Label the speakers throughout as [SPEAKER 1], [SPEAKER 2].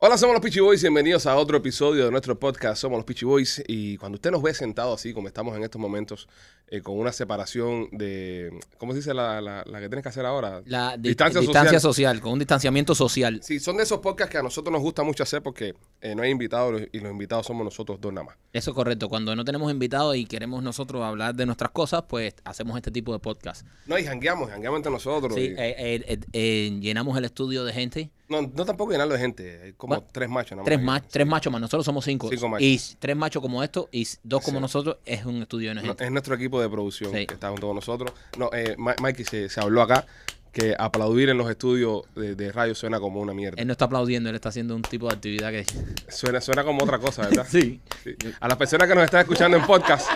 [SPEAKER 1] Hola, somos los Peachy Boys. Bienvenidos a otro episodio de nuestro podcast. Somos los Peachy Boys. Y cuando usted nos ve sentado así, como estamos en estos momentos, eh, con una separación de. ¿Cómo se dice la, la- la que tienes que hacer ahora?
[SPEAKER 2] La di-
[SPEAKER 1] Distancia
[SPEAKER 2] distancia,
[SPEAKER 1] social.
[SPEAKER 2] social. con un distanciamiento social.
[SPEAKER 1] Sí, son de esos podcasts que a nosotros nos gusta mucho hacer porque eh, no hay invitados y los invitados somos nosotros dos nada más.
[SPEAKER 2] Eso es correcto. Cuando no tenemos invitados y queremos nosotros hablar de nuestras cosas, pues hacemos este tipo de podcast.
[SPEAKER 1] No, y jangueamos, jangueamos entre nosotros.
[SPEAKER 2] Sí,
[SPEAKER 1] y-
[SPEAKER 2] eh, eh, eh, eh, llenamos el estudio de gente.
[SPEAKER 1] no, no tampoco llenarlo de gente, hay como
[SPEAKER 2] Bueno,
[SPEAKER 1] tres machos nada más.
[SPEAKER 2] Tres, ma- tres machos más, nosotros somos cinco.
[SPEAKER 1] Cinco machos.
[SPEAKER 2] Y s- tres machos como estos y s- dos como
[SPEAKER 1] Sí.
[SPEAKER 2] nosotros es un estudio de
[SPEAKER 1] No,
[SPEAKER 2] gente.
[SPEAKER 1] es nuestro equipo de producción
[SPEAKER 2] Sí.
[SPEAKER 1] que está junto con nosotros. No, eh, Ma- Mikey se, se habló acá que aplaudir en los estudios de, de radio suena como una mierda.
[SPEAKER 2] Él no está aplaudiendo, él está haciendo un tipo de actividad que...
[SPEAKER 1] Suena, suena como otra cosa, ¿verdad?
[SPEAKER 2] Sí.
[SPEAKER 1] Sí. A las personas que nos están escuchando en podcast,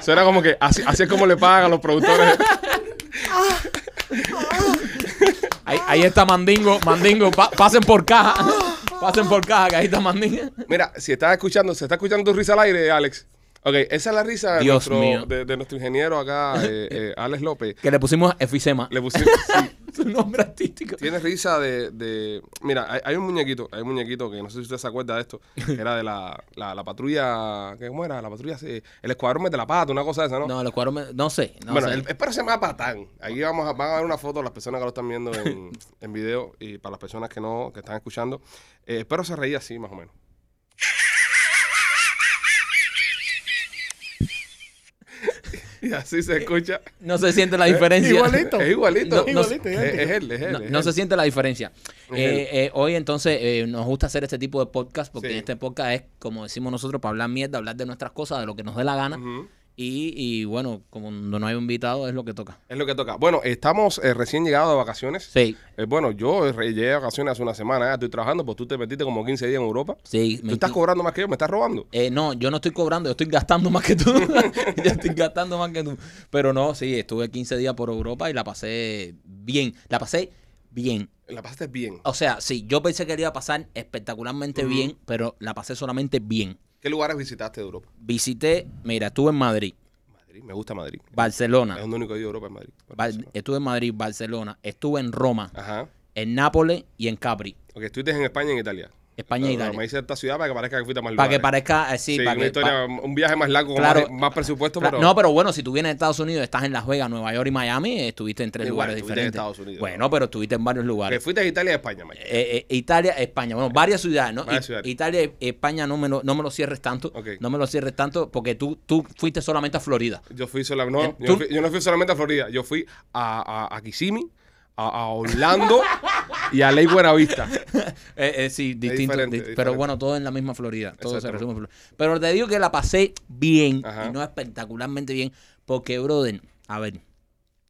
[SPEAKER 1] suena como que así, así es como le pagan a los productores.
[SPEAKER 2] Ahí, ahí está Mandingo, Mandingo, pa- pasen por caja. Pasen por caja, que ahí está Mandingo.
[SPEAKER 1] Mira, si estás escuchando, se está escuchando tu risa al aire, Alex. Ok, esa es la risa de,
[SPEAKER 2] Dios
[SPEAKER 1] nuestro,
[SPEAKER 2] mío.
[SPEAKER 1] de, de nuestro ingeniero acá, eh, eh, Alex López.
[SPEAKER 2] Que le pusimos efisema.
[SPEAKER 1] Le pusimos, sí,
[SPEAKER 2] Su nombre artístico.
[SPEAKER 1] tiene risa de, de- Mira, hay, hay un muñequito, hay un muñequito que no sé si usted se acuerda de esto, que era de la, la, la patrulla, ¿qué- ¿cómo era? La patrulla, sí, el escuadrón de la pata, una cosa de esa, ¿no?
[SPEAKER 2] No, los cuadros... me- No sé, no
[SPEAKER 1] bueno,
[SPEAKER 2] sé.
[SPEAKER 1] el, espero se llama Patán. Ahí vamos a, van a ver una foto las personas que lo están viendo en, en video y para las personas que no, que están escuchando. Eh, espero se reía así, más o menos. y así se escucha.
[SPEAKER 2] No se siente la diferencia.
[SPEAKER 3] igualito.
[SPEAKER 1] Es Eh, igualito.
[SPEAKER 2] No,
[SPEAKER 1] Es-
[SPEAKER 2] no-
[SPEAKER 3] Igualito, idéntico.
[SPEAKER 1] es él, es él.
[SPEAKER 2] No,
[SPEAKER 1] es
[SPEAKER 2] no
[SPEAKER 1] él.
[SPEAKER 2] se siente la diferencia.
[SPEAKER 1] Es
[SPEAKER 2] Eh,
[SPEAKER 1] él.
[SPEAKER 2] eh, hoy entonces eh, nos gusta hacer este tipo de podcast porque
[SPEAKER 1] Sí.
[SPEAKER 2] este podcast es, como decimos nosotros, para hablar mierda, hablar de nuestras cosas, de lo que nos dé la gana.
[SPEAKER 1] Ujú.
[SPEAKER 2] y, y, bueno, como no hay invitado, es lo que toca.
[SPEAKER 1] Es lo que toca. Bueno, estamos eh, recién llegados de vacaciones.
[SPEAKER 2] Sí,
[SPEAKER 1] Eh, bueno, yo eh, re- llegué de vacaciones hace una semana. ah, Estoy trabajando, pues tú te metiste como 15 días en Europa.
[SPEAKER 2] sí.
[SPEAKER 1] Tú estás cobrando más que yo, me estás robando.
[SPEAKER 2] Eh, no, yo no estoy cobrando, yo estoy gastando más que tú. yo estoy gastando más que tú. Pero no, sí, estuve 15 días por Europa y la pasé bien. La pasé bien.
[SPEAKER 1] La pasaste bien.
[SPEAKER 2] O sea, sí, yo pensé que la iba a pasar espectacularmente bien, pero la pasé solamente bien.
[SPEAKER 1] ¿Qué lugares visitaste de Europa?
[SPEAKER 2] Visité, mira, estuve en Madrid,
[SPEAKER 1] Madrid, me gusta Madrid.
[SPEAKER 2] Barcelona.
[SPEAKER 1] Es donde único que he ido a Europa es Madrid.
[SPEAKER 2] Val- estuve en Madrid, Barcelona, estuve en Roma,
[SPEAKER 1] Ajá.
[SPEAKER 2] en Nápoles y en Capri,
[SPEAKER 1] Ok, estuviste en España y en Italia.
[SPEAKER 2] España y
[SPEAKER 1] Pero, pero Me
[SPEAKER 2] Italia.
[SPEAKER 1] dice esta ciudad para que parezca que fuiste a más
[SPEAKER 2] Para que
[SPEAKER 1] lugares.
[SPEAKER 2] parezca así,
[SPEAKER 1] Sí,
[SPEAKER 2] para
[SPEAKER 1] una
[SPEAKER 2] que...
[SPEAKER 1] historia,
[SPEAKER 2] pa-
[SPEAKER 1] un viaje más largo, con
[SPEAKER 2] Claro.
[SPEAKER 1] más, más presupuesto,
[SPEAKER 2] Cla-
[SPEAKER 1] pero...
[SPEAKER 2] no, pero bueno, si tú vienes de Estados Unidos, estás en Las Vegas, Nueva York y Miami, eh, estuviste en tres
[SPEAKER 1] Igual,
[SPEAKER 2] lugares
[SPEAKER 1] estuviste en
[SPEAKER 2] diferentes.
[SPEAKER 1] Estados Unidos,
[SPEAKER 2] bueno,
[SPEAKER 1] ¿no?
[SPEAKER 2] pero estuviste en varios
[SPEAKER 1] Que
[SPEAKER 2] lugares.
[SPEAKER 1] fuiste a Italia y a España, Mike.
[SPEAKER 2] Eh, eh, Italia, España, bueno, varias ciudades, ¿no?
[SPEAKER 1] Varias
[SPEAKER 2] I-
[SPEAKER 1] ciudades.
[SPEAKER 2] Italia, España, no me lo, no me lo cierres tanto,
[SPEAKER 1] Ok.
[SPEAKER 2] no me lo cierres tanto, porque tú, tú fuiste solamente a Florida.
[SPEAKER 1] Yo fui sola, no,
[SPEAKER 2] Eh,
[SPEAKER 1] yo,
[SPEAKER 2] tú-
[SPEAKER 1] fui- yo no fui solamente a Florida, yo fui a, a, a Kissimmee, a, a Orlando y a Lake Buenavista.
[SPEAKER 2] Eh, eh, sí, distinto,
[SPEAKER 1] diferente,
[SPEAKER 2] di-
[SPEAKER 1] es
[SPEAKER 2] pero
[SPEAKER 1] diferente.
[SPEAKER 2] bueno, todo en la misma Florida. Todo se
[SPEAKER 1] Exactamente.
[SPEAKER 2] resume en Florida. Pero te digo que la pasé bien
[SPEAKER 1] Ajá.
[SPEAKER 2] y no espectacularmente bien, porque, brother, a ver,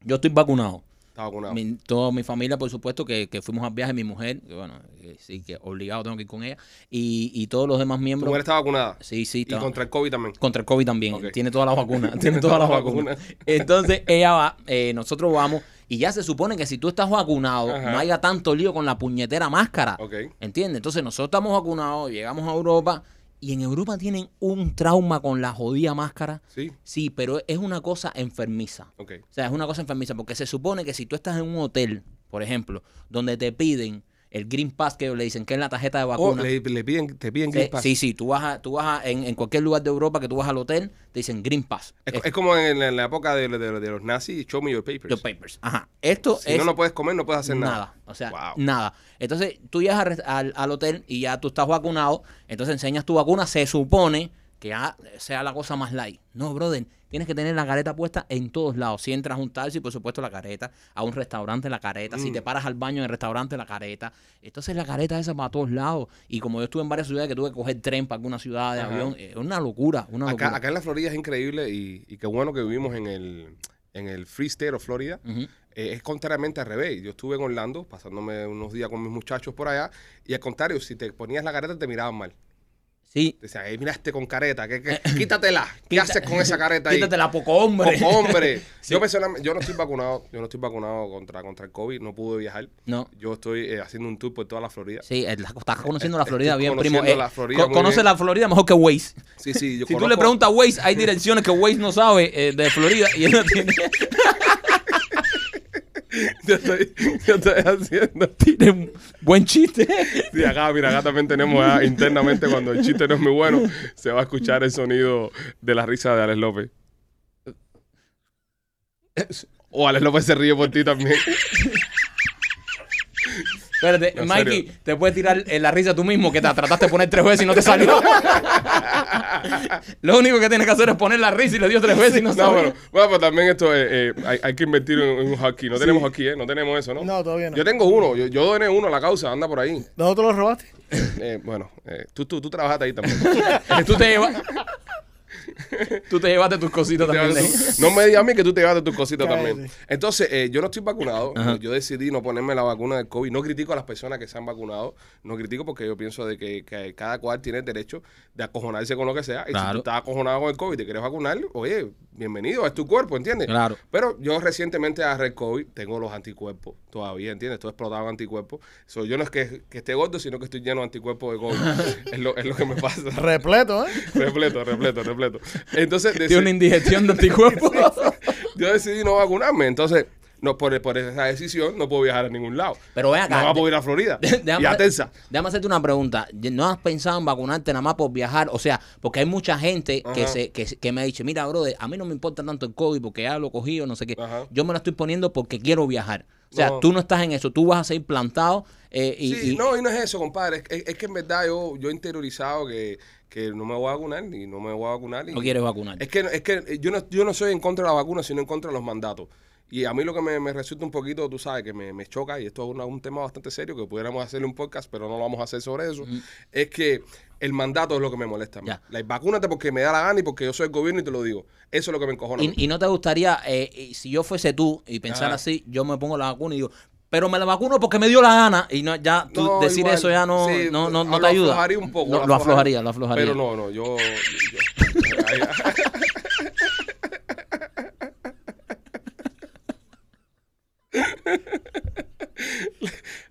[SPEAKER 2] yo estoy vacunado.
[SPEAKER 1] Estaba vacunado.
[SPEAKER 2] Mi- toda mi familia, por supuesto, que, que fuimos al viaje, mi mujer, que bueno, eh, sí, que obligado tengo que ir con ella, y, y todos los demás
[SPEAKER 1] Tu
[SPEAKER 2] miembros.
[SPEAKER 1] mujer estaba vacunada.
[SPEAKER 2] Sí, sí,
[SPEAKER 1] y
[SPEAKER 2] estaba-
[SPEAKER 1] contra el COVID también.
[SPEAKER 2] contra el COVID también.
[SPEAKER 1] Ok.
[SPEAKER 2] Tiene todas las vacunas. tiene todas las vacunas. Entonces ella va, eh, nosotros vamos, y ya se supone que si tú estás vacunado,
[SPEAKER 1] Ajá.
[SPEAKER 2] no haya tanto lío con la puñetera máscara.
[SPEAKER 1] Ok.
[SPEAKER 2] ¿Entiendes? Entonces nosotros estamos vacunados, llegamos a Europa, y en Europa tienen un trauma con la jodida máscara.
[SPEAKER 1] Sí.
[SPEAKER 2] Sí, pero es una cosa enfermiza.
[SPEAKER 1] Ok.
[SPEAKER 2] O sea, es una cosa enfermiza, porque se supone que si tú estás en un hotel, por ejemplo, donde te piden el Green Pass que le dicen que es la tarjeta de
[SPEAKER 1] Oh,
[SPEAKER 2] vacuna.
[SPEAKER 1] le, le piden, te piden
[SPEAKER 2] Sí,
[SPEAKER 1] Green Pass.
[SPEAKER 2] Sí, sí, tú vas, a- tú vas a- en, en cualquier lugar de Europa que tú vas al hotel, te dicen Green Pass.
[SPEAKER 1] Es,
[SPEAKER 2] Es-
[SPEAKER 1] es como en la, en la época de, de- de los nazis, show me your papers.
[SPEAKER 2] los papers. Ajá. Esto
[SPEAKER 1] si
[SPEAKER 2] es
[SPEAKER 1] no, no puedes comer, no puedes hacer nada.
[SPEAKER 2] nada. O sea,
[SPEAKER 1] Wow.
[SPEAKER 2] nada. Entonces, tú llegas al, rest- al- al hotel y ya tú estás vacunado, entonces enseñas tu vacuna, se supone que ya sea la cosa más light. No, brother, tienes que tener la careta puesta en todos lados. Si entras a un taxi, por supuesto, la careta. A un restaurante, la careta. Si
[SPEAKER 1] Mm.
[SPEAKER 2] te paras al baño en el restaurante, la careta. Entonces, la careta esa para todos lados. Y como yo estuve en varias ciudades que tuve que coger tren para alguna ciudad de
[SPEAKER 1] Ajá.
[SPEAKER 2] avión, es una locura, una locura.
[SPEAKER 1] Acá, acá en la Florida es increíble y, y qué bueno que vivimos en el, en el Free State of Florida.
[SPEAKER 2] Ujú.
[SPEAKER 1] Eh, es contrariamente al revés. Yo estuve en Orlando pasándome unos días con mis muchachos por allá y al contrario, si te ponías la careta te miraban mal.
[SPEAKER 2] Sí.
[SPEAKER 1] Te decían, "Ey, miraste con careta, ¿qué, qué- quítatela. ¿Qué
[SPEAKER 2] Quita-
[SPEAKER 1] haces con esa careta ahí?
[SPEAKER 2] Quítate la poco hombre.
[SPEAKER 1] Oh, hombre. Yo personalmente, yo no estoy vacunado, yo no estoy vacunado contra, contra el COVID, no pude viajar.
[SPEAKER 2] No.
[SPEAKER 1] Yo estoy eh, haciendo un tour por toda la Florida.
[SPEAKER 2] Sí, el- la- estás conociendo la Florida bien,
[SPEAKER 1] Eh, conociendo
[SPEAKER 2] primo. Eh,
[SPEAKER 1] la Florida
[SPEAKER 2] co-
[SPEAKER 1] muy
[SPEAKER 2] conoce
[SPEAKER 1] bien.
[SPEAKER 2] la Florida mejor que Waze.
[SPEAKER 1] Sí, sí, yo
[SPEAKER 2] si tú
[SPEAKER 1] conozco-
[SPEAKER 2] le preguntas a Waze, hay direcciones que Waze no sabe eh, de Florida y él no tiene.
[SPEAKER 1] Yo estoy, yo estoy haciendo.
[SPEAKER 2] Tiene un buen chiste.
[SPEAKER 1] Sí, acá, mira, acá también tenemos ah, internamente cuando el chiste no es muy bueno, se va a escuchar el sonido de la risa de Alex López. O Alex López se ríe por ti también.
[SPEAKER 2] Espérate,
[SPEAKER 1] No, en
[SPEAKER 2] Mikey,
[SPEAKER 1] serio.
[SPEAKER 2] te puedes tirar eh, la risa tú mismo que te trataste de poner tres veces y no te salió. Lo único que tienes que hacer es poner la risa y le dio tres veces y no,
[SPEAKER 1] No,
[SPEAKER 2] salió.
[SPEAKER 1] bueno, bueno, pero también esto es, eh, hay, hay que invertir en, en un hockey. No tenemos hockey, ¿eh? No tenemos eso, ¿no?
[SPEAKER 3] No, todavía no.
[SPEAKER 1] Yo tengo uno, yo, yo doné uno a la causa, anda por ahí.
[SPEAKER 3] ¿Nosotros lo robaste?
[SPEAKER 1] Eh, bueno, eh, tú, tú, tú trabajaste ahí también.
[SPEAKER 2] Tú te llevas. Tú te llevaste tus cositas
[SPEAKER 1] Te
[SPEAKER 2] también. de ahí.
[SPEAKER 1] vas- no me digas a mí que tú te llevaste tus cositas
[SPEAKER 3] Cállate.
[SPEAKER 1] también. Entonces, eh, yo no estoy vacunado. Yo decidí no ponerme la vacuna del COVID. No critico a las personas que se han vacunado. No critico porque yo pienso de que, que cada cual tiene el derecho de acojonarse con lo que sea. Y si
[SPEAKER 2] Claro.
[SPEAKER 1] tú estás acojonado con el COVID y te quieres vacunar, oye, bienvenido, es tu cuerpo, ¿entiendes?
[SPEAKER 2] Claro.
[SPEAKER 1] Pero yo recientemente agarré el COVID, tengo los anticuerpos todavía, ¿entiendes? Estoy explotado en anticuerpos. So, yo no es que, que esté gordo, sino que estoy lleno de anticuerpos de COVID. es, lo, es lo que me pasa.
[SPEAKER 3] Repleto, ¿eh?
[SPEAKER 1] repleto, repleto, repleto. Entonces,
[SPEAKER 2] ¿eh? Tiene
[SPEAKER 1] decí-
[SPEAKER 2] una indigestión de anticuerpos.
[SPEAKER 1] yo decidí no vacunarme, entonces no por, por esa decisión no puedo viajar a ningún lado.
[SPEAKER 2] Pero ven acá,
[SPEAKER 1] No va a
[SPEAKER 2] de-
[SPEAKER 1] poder ir a Florida.
[SPEAKER 2] Déjame-
[SPEAKER 1] y a Texas.
[SPEAKER 2] Déjame hacerte una pregunta. ¿No has pensado en vacunarte nada más por viajar? O sea, porque hay mucha gente que,
[SPEAKER 1] Ajá.
[SPEAKER 2] se, que, se- que me ha dicho, mira, brother, a mí no me importa tanto el COVID porque ya lo he cogido, no sé qué.
[SPEAKER 1] Ajá.
[SPEAKER 2] Yo me la estoy poniendo porque quiero viajar. O sea,
[SPEAKER 1] No.
[SPEAKER 2] tú no estás en eso. Tú vas a seguir plantado eh, y...
[SPEAKER 1] sí,
[SPEAKER 2] y-
[SPEAKER 1] no, y no es eso, compadre. Es, es- es que en verdad yo, yo he interiorizado que, que no me voy a vacunar y no me voy a vacunar. y-
[SPEAKER 2] No quieres vacunar.
[SPEAKER 1] Es que, es que eh, yo, no, yo no soy en contra de la vacuna, sino en contra de los mandatos. Y a mí lo que me, me resulta un poquito, tú sabes, que me, me choca, y esto es una- un tema bastante serio, que pudiéramos hacerle un podcast, pero no lo vamos a hacer sobre eso, es que el mandato es lo que me molesta. a mí.
[SPEAKER 2] Ya.
[SPEAKER 1] La, vacúnate porque me da la gana y porque yo soy el gobierno y te lo digo. Eso es lo que me encojona. a mí.
[SPEAKER 2] Y, y no te gustaría, eh, y si yo fuese tú y pensara
[SPEAKER 1] Ajá.
[SPEAKER 2] así, yo me pongo la vacuna y digo, pero me la vacuno porque me dio la gana. Y no, ya tú
[SPEAKER 1] No,
[SPEAKER 2] decir
[SPEAKER 1] igual.
[SPEAKER 2] eso ya no,
[SPEAKER 1] Sí, ah,
[SPEAKER 2] no, no, no
[SPEAKER 1] lo
[SPEAKER 2] te ayuda.
[SPEAKER 1] aflojaría un poco,
[SPEAKER 2] No, lo aflojaría, lo aflojaría.
[SPEAKER 1] Pero no, no, yo. yo- Ay, ay.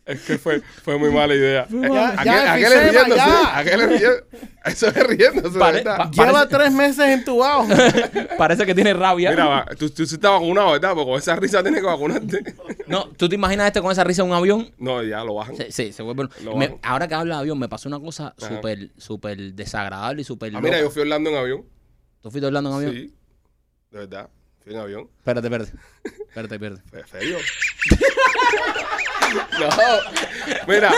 [SPEAKER 1] Es que fue, fue muy mala idea.
[SPEAKER 3] Ya,
[SPEAKER 1] Eh,
[SPEAKER 3] ya,
[SPEAKER 1] aquel, aquel
[SPEAKER 3] enfisema,
[SPEAKER 1] es riéndose.
[SPEAKER 3] ya.
[SPEAKER 1] Aquel es riéndose. Eso es riéndose.
[SPEAKER 2] Pare-
[SPEAKER 1] ¿verdad?
[SPEAKER 2] pa-
[SPEAKER 3] Lleva
[SPEAKER 2] Parece-
[SPEAKER 3] tres meses entubado.
[SPEAKER 2] Parece que tiene rabia.
[SPEAKER 1] Mira, va, tú, tú sí estás vacunado, ¿verdad? Porque con esa risa tienes que vacunarte.
[SPEAKER 2] No, ¿tú te imaginas este con esa risa en un avión?
[SPEAKER 1] No, ya lo bajan.
[SPEAKER 2] Sí, sí, se vuelve.
[SPEAKER 1] Lo
[SPEAKER 2] me-
[SPEAKER 1] hago.
[SPEAKER 2] ahora que habla de avión, me pasó una cosa súper, súper desagradable y súper.
[SPEAKER 1] Ah, mira,
[SPEAKER 2] loca.
[SPEAKER 1] yo fui hablando en avión.
[SPEAKER 2] ¿Tú fuiste hablando en avión?
[SPEAKER 1] Sí. De verdad. Fui en avión.
[SPEAKER 2] Espérate, espérate. Espérate, espérate.
[SPEAKER 1] Fe- Feo. No. Mira,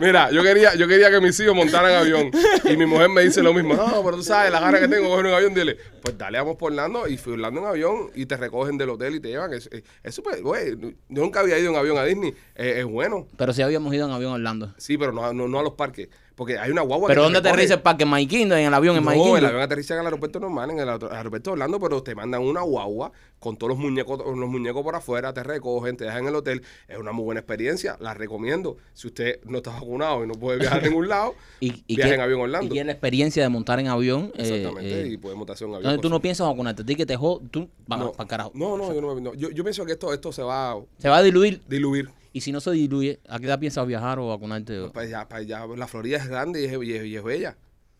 [SPEAKER 1] mira, yo quería, yo quería que mis hijos montaran avión. Y mi mujer me dice lo mismo. No, pero tú sabes, la gana que tengo coger un avión, dile, pues dale, vamos por Orlando y fui a Orlando en avión y te recogen del hotel y te llevan. Es, es- es súper, güey. Yo nunca había ido en avión a Disney. Eh, Es, es bueno.
[SPEAKER 2] Pero sí habíamos ido en avión a Orlando.
[SPEAKER 1] Sí, pero no, no, no a los parques. Porque hay una guagua
[SPEAKER 2] ¿Pero
[SPEAKER 1] que
[SPEAKER 2] dónde
[SPEAKER 1] recoge.
[SPEAKER 2] aterriza el parque? ¿En My Kingdom? ¿En el avión? ¿En My
[SPEAKER 1] No, el
[SPEAKER 2] Kingdom?
[SPEAKER 1] avión aterriza en el aeropuerto normal, en el aer- aeropuerto de Orlando, pero te mandan una guagua con todos los muñecos, los muñecos por afuera, te recogen, te dejan en el hotel. Es una muy buena experiencia, la recomiendo. Si usted no está vacunado y no puede viajar a ningún lado,
[SPEAKER 2] Y, y
[SPEAKER 1] viaja
[SPEAKER 2] que-
[SPEAKER 1] en avión a Orlando.
[SPEAKER 2] Y que es la experiencia de montar en avión. eh,
[SPEAKER 1] Exactamente,
[SPEAKER 2] eh,
[SPEAKER 1] y puede montarse en un avión.
[SPEAKER 2] entonces tú
[SPEAKER 1] con-
[SPEAKER 2] no piensas vacunarte. A ti que te jo- tú vas para carajo.
[SPEAKER 1] No, no, yo no me- no. Yo, yo pienso que esto, esto se va a
[SPEAKER 2] Se va a diluir.
[SPEAKER 1] diluir.
[SPEAKER 2] Y si no se diluye, ¿a qué edad piensas viajar o vacunarte?
[SPEAKER 1] Para allá, para allá. La Florida es grande y es, y es- y es bella.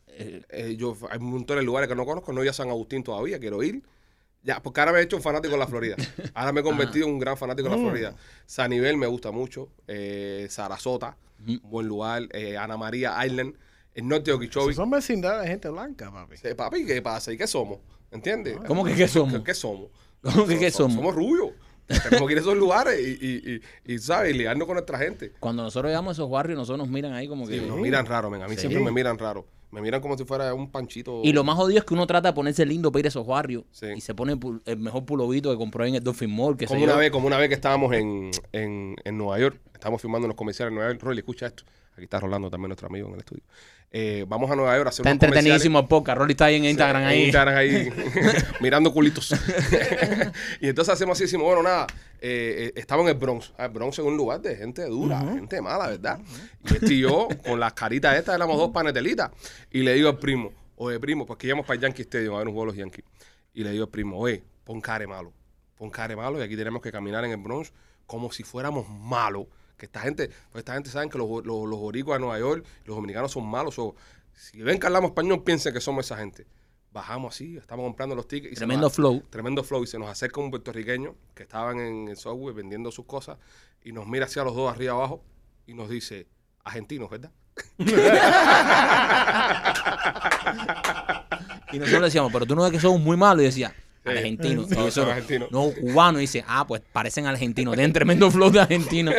[SPEAKER 1] Eh, yo, hay un montón de lugares que no conozco, no he ido a San Agustín todavía, quiero ir. Ya, porque ahora me he hecho un fanático de la Florida. Ahora me he convertido en un gran fanático de la Florida. San Nivel me gusta mucho. eh, Sarasota, buen lugar. eh, Ana María Island. El norte de Okeechobee.
[SPEAKER 3] Son vecindades de gente blanca, papi.
[SPEAKER 1] Eh, papi, ¿qué pasa? ¿Y qué somos? ¿Entiendes?
[SPEAKER 2] ¿Cómo que qué somos?
[SPEAKER 1] ¿Qué, qué somos?
[SPEAKER 2] ¿Cómo que qué somos?
[SPEAKER 1] Somos rubios. Tenemos que ir a esos lugares y, y, y, y, ¿sabes? Y ligarnos con nuestra gente.
[SPEAKER 2] Cuando nosotros llegamos a esos barrios, nosotros nos miran ahí como que...
[SPEAKER 1] Sí, nos miran raro, men. A mí
[SPEAKER 2] Sí.
[SPEAKER 1] siempre me miran raro. Me miran como si fuera un panchito.
[SPEAKER 2] Y lo más jodido es que uno trata de ponerse lindo para ir a esos barrios
[SPEAKER 1] Sí.
[SPEAKER 2] y se pone pul- el mejor pulovito que compró en el Dolphin Mall, que
[SPEAKER 1] Como
[SPEAKER 2] se
[SPEAKER 1] una, vez, como una vez que estábamos en, en, en Nueva York, estábamos filmando unos comerciales en Nueva York. Rolly, escucha esto. Aquí está Rolando también, nuestro amigo en el estudio. Eh, vamos a Nueva York a hacer
[SPEAKER 2] Está
[SPEAKER 1] unos comerciales.
[SPEAKER 2] entretenidísimo el podcast. Rolly está ahí en Instagram
[SPEAKER 1] En
[SPEAKER 2] ahí.
[SPEAKER 1] Instagram ahí, mirando culitos. y entonces hacemos así, decimos, bueno, nada, eh, eh, estaba en el Bronx. Ah, El Bronx es un lugar de gente dura, gente mala, ¿verdad? Y este y yo, con las caritas estas, éramos dos panetelitas. Y le digo al primo, oye, primo, porque íbamos para el Yankee Stadium a ver un juego de los Yankees. Y le digo al primo, oye, pon care malo, pon care malo y aquí tenemos que caminar en el Bronx como si fuéramos malos. Que esta gente, pues esta gente saben que los, los, los boricuas de Nueva York, los dominicanos son malos. o- si ven que hablamos español, piensen que somos esa gente. Bajamos así, estábamos comprando los tickets. Y se
[SPEAKER 2] Tremendo
[SPEAKER 1] nos-
[SPEAKER 2] flow.
[SPEAKER 1] Tremendo flow. Y se nos acerca un puertorriqueño que estaban en el software vendiendo sus cosas y nos mira hacia los dos arriba abajo y nos dice, argentinos, ¿verdad?
[SPEAKER 2] Y nosotros le decíamos, pero tú no ves que somos muy malos. Y decía,
[SPEAKER 1] Sí.
[SPEAKER 2] argentinos.
[SPEAKER 1] Sí.
[SPEAKER 2] Y
[SPEAKER 1] No,
[SPEAKER 2] nosotros,
[SPEAKER 1] son argentinos.
[SPEAKER 2] no, cubanos. Y dice, ah, pues parecen argentinos. Tienen tremendo flow de argentinos.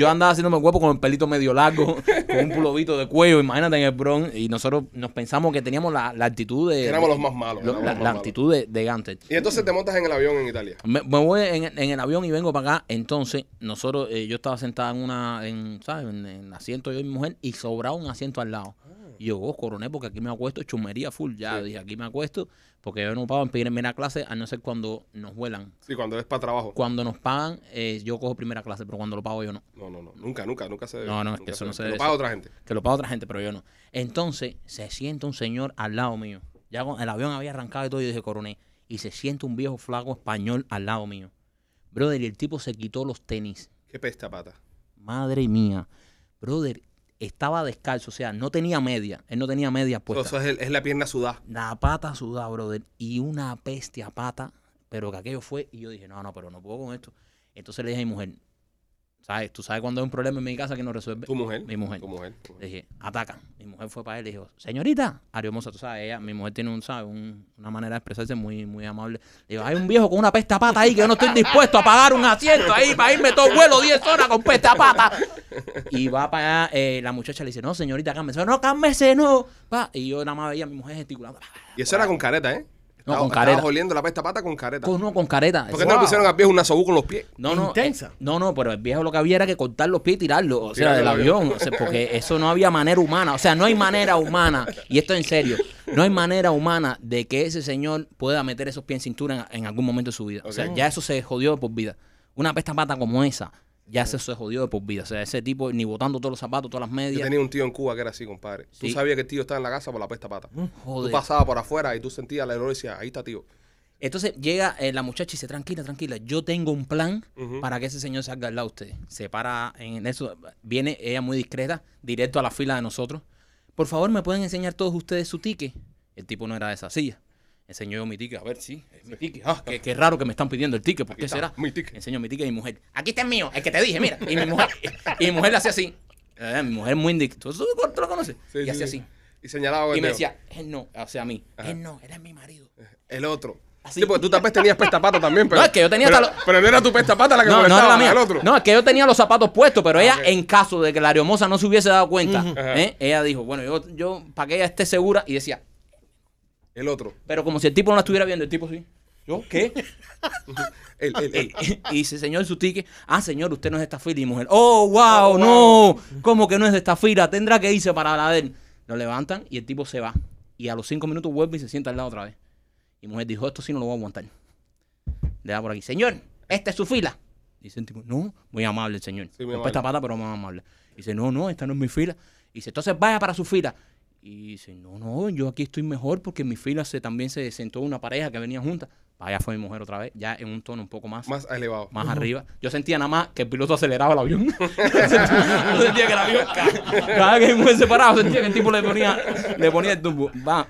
[SPEAKER 2] Yo andaba haciéndome el guapo con el pelito medio largo, con un pulovito de cuello, imagínate en el Bronx. Y nosotros nos pensamos que teníamos la, la actitud de.
[SPEAKER 1] Éramos los más malos.
[SPEAKER 2] Eh, lo-
[SPEAKER 1] éramos
[SPEAKER 2] la,
[SPEAKER 1] los
[SPEAKER 2] la
[SPEAKER 1] más malos.
[SPEAKER 2] actitud de, de Gunther.
[SPEAKER 1] Y entonces te montas en el avión en Italia.
[SPEAKER 2] Me, me voy en, en el avión y vengo para acá. Entonces, nosotros, eh, yo estaba sentada en una, en, ¿sabes? En, en asiento yo y mi mujer y sobraba un asiento al lado. Y yo, oh, coronel, porque aquí me acuesto, chumería full. Ya, dije, aquí me acuesto, porque yo no pago en primera clase, a no ser cuando nos vuelan.
[SPEAKER 1] Sí, cuando es para trabajo.
[SPEAKER 2] Cuando nos pagan, eh, yo cojo primera clase, pero cuando lo pago yo no.
[SPEAKER 1] No, no, no. Nunca, nunca, nunca se debe.
[SPEAKER 2] No, no, es que
[SPEAKER 1] nunca
[SPEAKER 2] eso no se
[SPEAKER 1] Lo
[SPEAKER 2] debe.
[SPEAKER 1] paga otra gente.
[SPEAKER 2] Que lo paga otra gente, pero yo no. Entonces, se sienta un señor al lado mío. Ya con- el avión había arrancado y todo, yo dije, coronel. Y se sienta un viejo flaco español al lado mío. Brother, y el tipo se quitó los tenis.
[SPEAKER 1] Qué pesta pata.
[SPEAKER 2] Madre mía. Brother, estaba descalzo, o sea, no tenía media. Él no tenía media puesta.
[SPEAKER 1] Eso es, el- es la pierna sudada.
[SPEAKER 2] La pata sudada, brother. Y una peste a pata. Pero que aquello fue. Y yo dije, no, no, pero no puedo con esto. Entonces le dije a mi mujer, ¿sabes? Tú sabes cuando hay un problema en mi casa que no resuelve.
[SPEAKER 1] Tu mujer.
[SPEAKER 2] Mi mujer. Pues
[SPEAKER 1] Tu mujer.
[SPEAKER 2] Le dije, ataca. Mi mujer fue para él y dijo, señorita, Ariomosa, tú sabes, ella, mi mujer tiene un, ¿sabes? Un- una manera de expresarse muy, muy amable. Le digo, hay un viejo con una pesta pata ahí que yo no estoy dispuesto a pagar un asiento ahí para irme todo vuelo 10 horas con pesta pata. Y va para allá, eh, la muchacha le dice, no, señorita, cálmese. No, cálmese, no. Va. Y yo nada más veía a mi mujer gesticulando.
[SPEAKER 1] Y eso era con careta, ¿eh?
[SPEAKER 2] No,
[SPEAKER 1] Estaba-
[SPEAKER 2] con careta.
[SPEAKER 1] Estabas oliendo la pesta pata con careta.
[SPEAKER 2] Con, no, con careta.
[SPEAKER 1] ¿Por qué no le
[SPEAKER 3] Wow.
[SPEAKER 1] pusieron al viejo un nasobú con los pies?
[SPEAKER 2] No, no,
[SPEAKER 3] Intensa.
[SPEAKER 2] eh, no, no, pero el viejo lo que había era que cortar los pies y tirarlo, o sea,
[SPEAKER 1] Tirarlo
[SPEAKER 2] del
[SPEAKER 1] del avión.
[SPEAKER 2] avión, o sea, porque eso no había manera humana, o sea, no hay manera humana, y esto en serio, no hay manera humana de que ese señor pueda meter esos pies en cintura en, en algún momento de su vida. O sea,
[SPEAKER 1] Ok.
[SPEAKER 2] ya eso se jodió de por vida. Una pesta pata como esa, ya se, se jodió de por vida. O sea, ese tipo ni botando todos los zapatos, todas las
[SPEAKER 1] Yo
[SPEAKER 2] medias.
[SPEAKER 1] tenía un tío en Cuba que era así, compadre.
[SPEAKER 2] Sí. Mm,
[SPEAKER 1] Tú sabías que el tío estaba en la casa por la pesta pata. Tú
[SPEAKER 2] Joder.
[SPEAKER 1] pasabas por afuera y tú sentías la olor y decías, ahí está tío.
[SPEAKER 2] Entonces llega eh, la muchacha y dice, tranquila, tranquila, yo tengo un plan
[SPEAKER 1] Ujú.
[SPEAKER 2] para que ese señor salga al lado de usted. Se para en eso, viene ella muy discreta, directo a la fila de nosotros. Por favor, ¿me pueden enseñar todos ustedes su ticket? El tipo no era de esa silla. Enseñó yo mi ticket, a ver, sí, es mi ticket. Ah, qué, qué raro que me están pidiendo el ticket, ¿por
[SPEAKER 1] Aquí
[SPEAKER 2] qué
[SPEAKER 1] está,
[SPEAKER 2] será?
[SPEAKER 1] mi ticket.
[SPEAKER 2] Enseño mi ticket y mi mujer, aquí está el mío, el que te dije, mira. Y mi mujer, y mi mujer le hacía así. Eh, mi mujer muy indic- ¿Tú, tú- tú lo conoces?
[SPEAKER 1] Sí,
[SPEAKER 2] y
[SPEAKER 1] sí,
[SPEAKER 2] hacía
[SPEAKER 1] sí.
[SPEAKER 2] así.
[SPEAKER 1] Y señalaba con
[SPEAKER 2] Y
[SPEAKER 1] el
[SPEAKER 2] me
[SPEAKER 1] dedo.
[SPEAKER 2] decía, él no, o sea, a mí,
[SPEAKER 1] Ajá.
[SPEAKER 2] él no, él es mi marido.
[SPEAKER 1] el otro.
[SPEAKER 2] Así.
[SPEAKER 1] Sí, porque tú también tenías pesta pata también, pero.
[SPEAKER 2] No, es que yo tenía
[SPEAKER 1] pero,
[SPEAKER 2] hasta lo-
[SPEAKER 1] pero no era tu pesta pata la que
[SPEAKER 2] No, no
[SPEAKER 1] molestaba,
[SPEAKER 2] era la mía.
[SPEAKER 1] el otro. Ah,
[SPEAKER 2] No, es que yo tenía los zapatos puestos, pero ella,
[SPEAKER 1] ok.
[SPEAKER 2] en caso de que la hermosa no se hubiese dado cuenta, ¿eh? ella dijo, bueno, yo, yo, para que ella esté segura, y decía,
[SPEAKER 1] El otro.
[SPEAKER 2] pero como si el tipo no la estuviera viendo, el tipo sí. ¿Yo qué?
[SPEAKER 1] El, el, el.
[SPEAKER 2] y dice, señor, su ticket. Ah, señor, usted no es de esta fila. Y mujer, oh, wow,
[SPEAKER 1] Oh,
[SPEAKER 2] no. ¿Cómo que no es de esta fila? Tendrá que irse para la de él. Lo levantan y el tipo se va. Y a los cinco minutos vuelve y se sienta al lado otra vez. Y mujer dijo, esto sí no lo voy a aguantar. Le da por aquí, señor, esta es su fila. Dice el tipo, no, muy amable el señor.
[SPEAKER 1] Sí, muy
[SPEAKER 2] Con esta pata, pero muy amable. Dice, no, no, esta no es mi fila. Dice, entonces vaya para su fila. Y dice, no, no, yo aquí estoy mejor porque en mi fila se, también se sentó una pareja que venía junta. Allá fue mi mujer otra vez, ya en un tono un poco más
[SPEAKER 1] Más elevado.
[SPEAKER 2] más arriba. Yo sentía nada más que el piloto aceleraba el avión. yo, sentía, yo sentía que el avión ca- cada vez que me separado, sentía que el tipo le ponía, le ponía el tumbo. Va,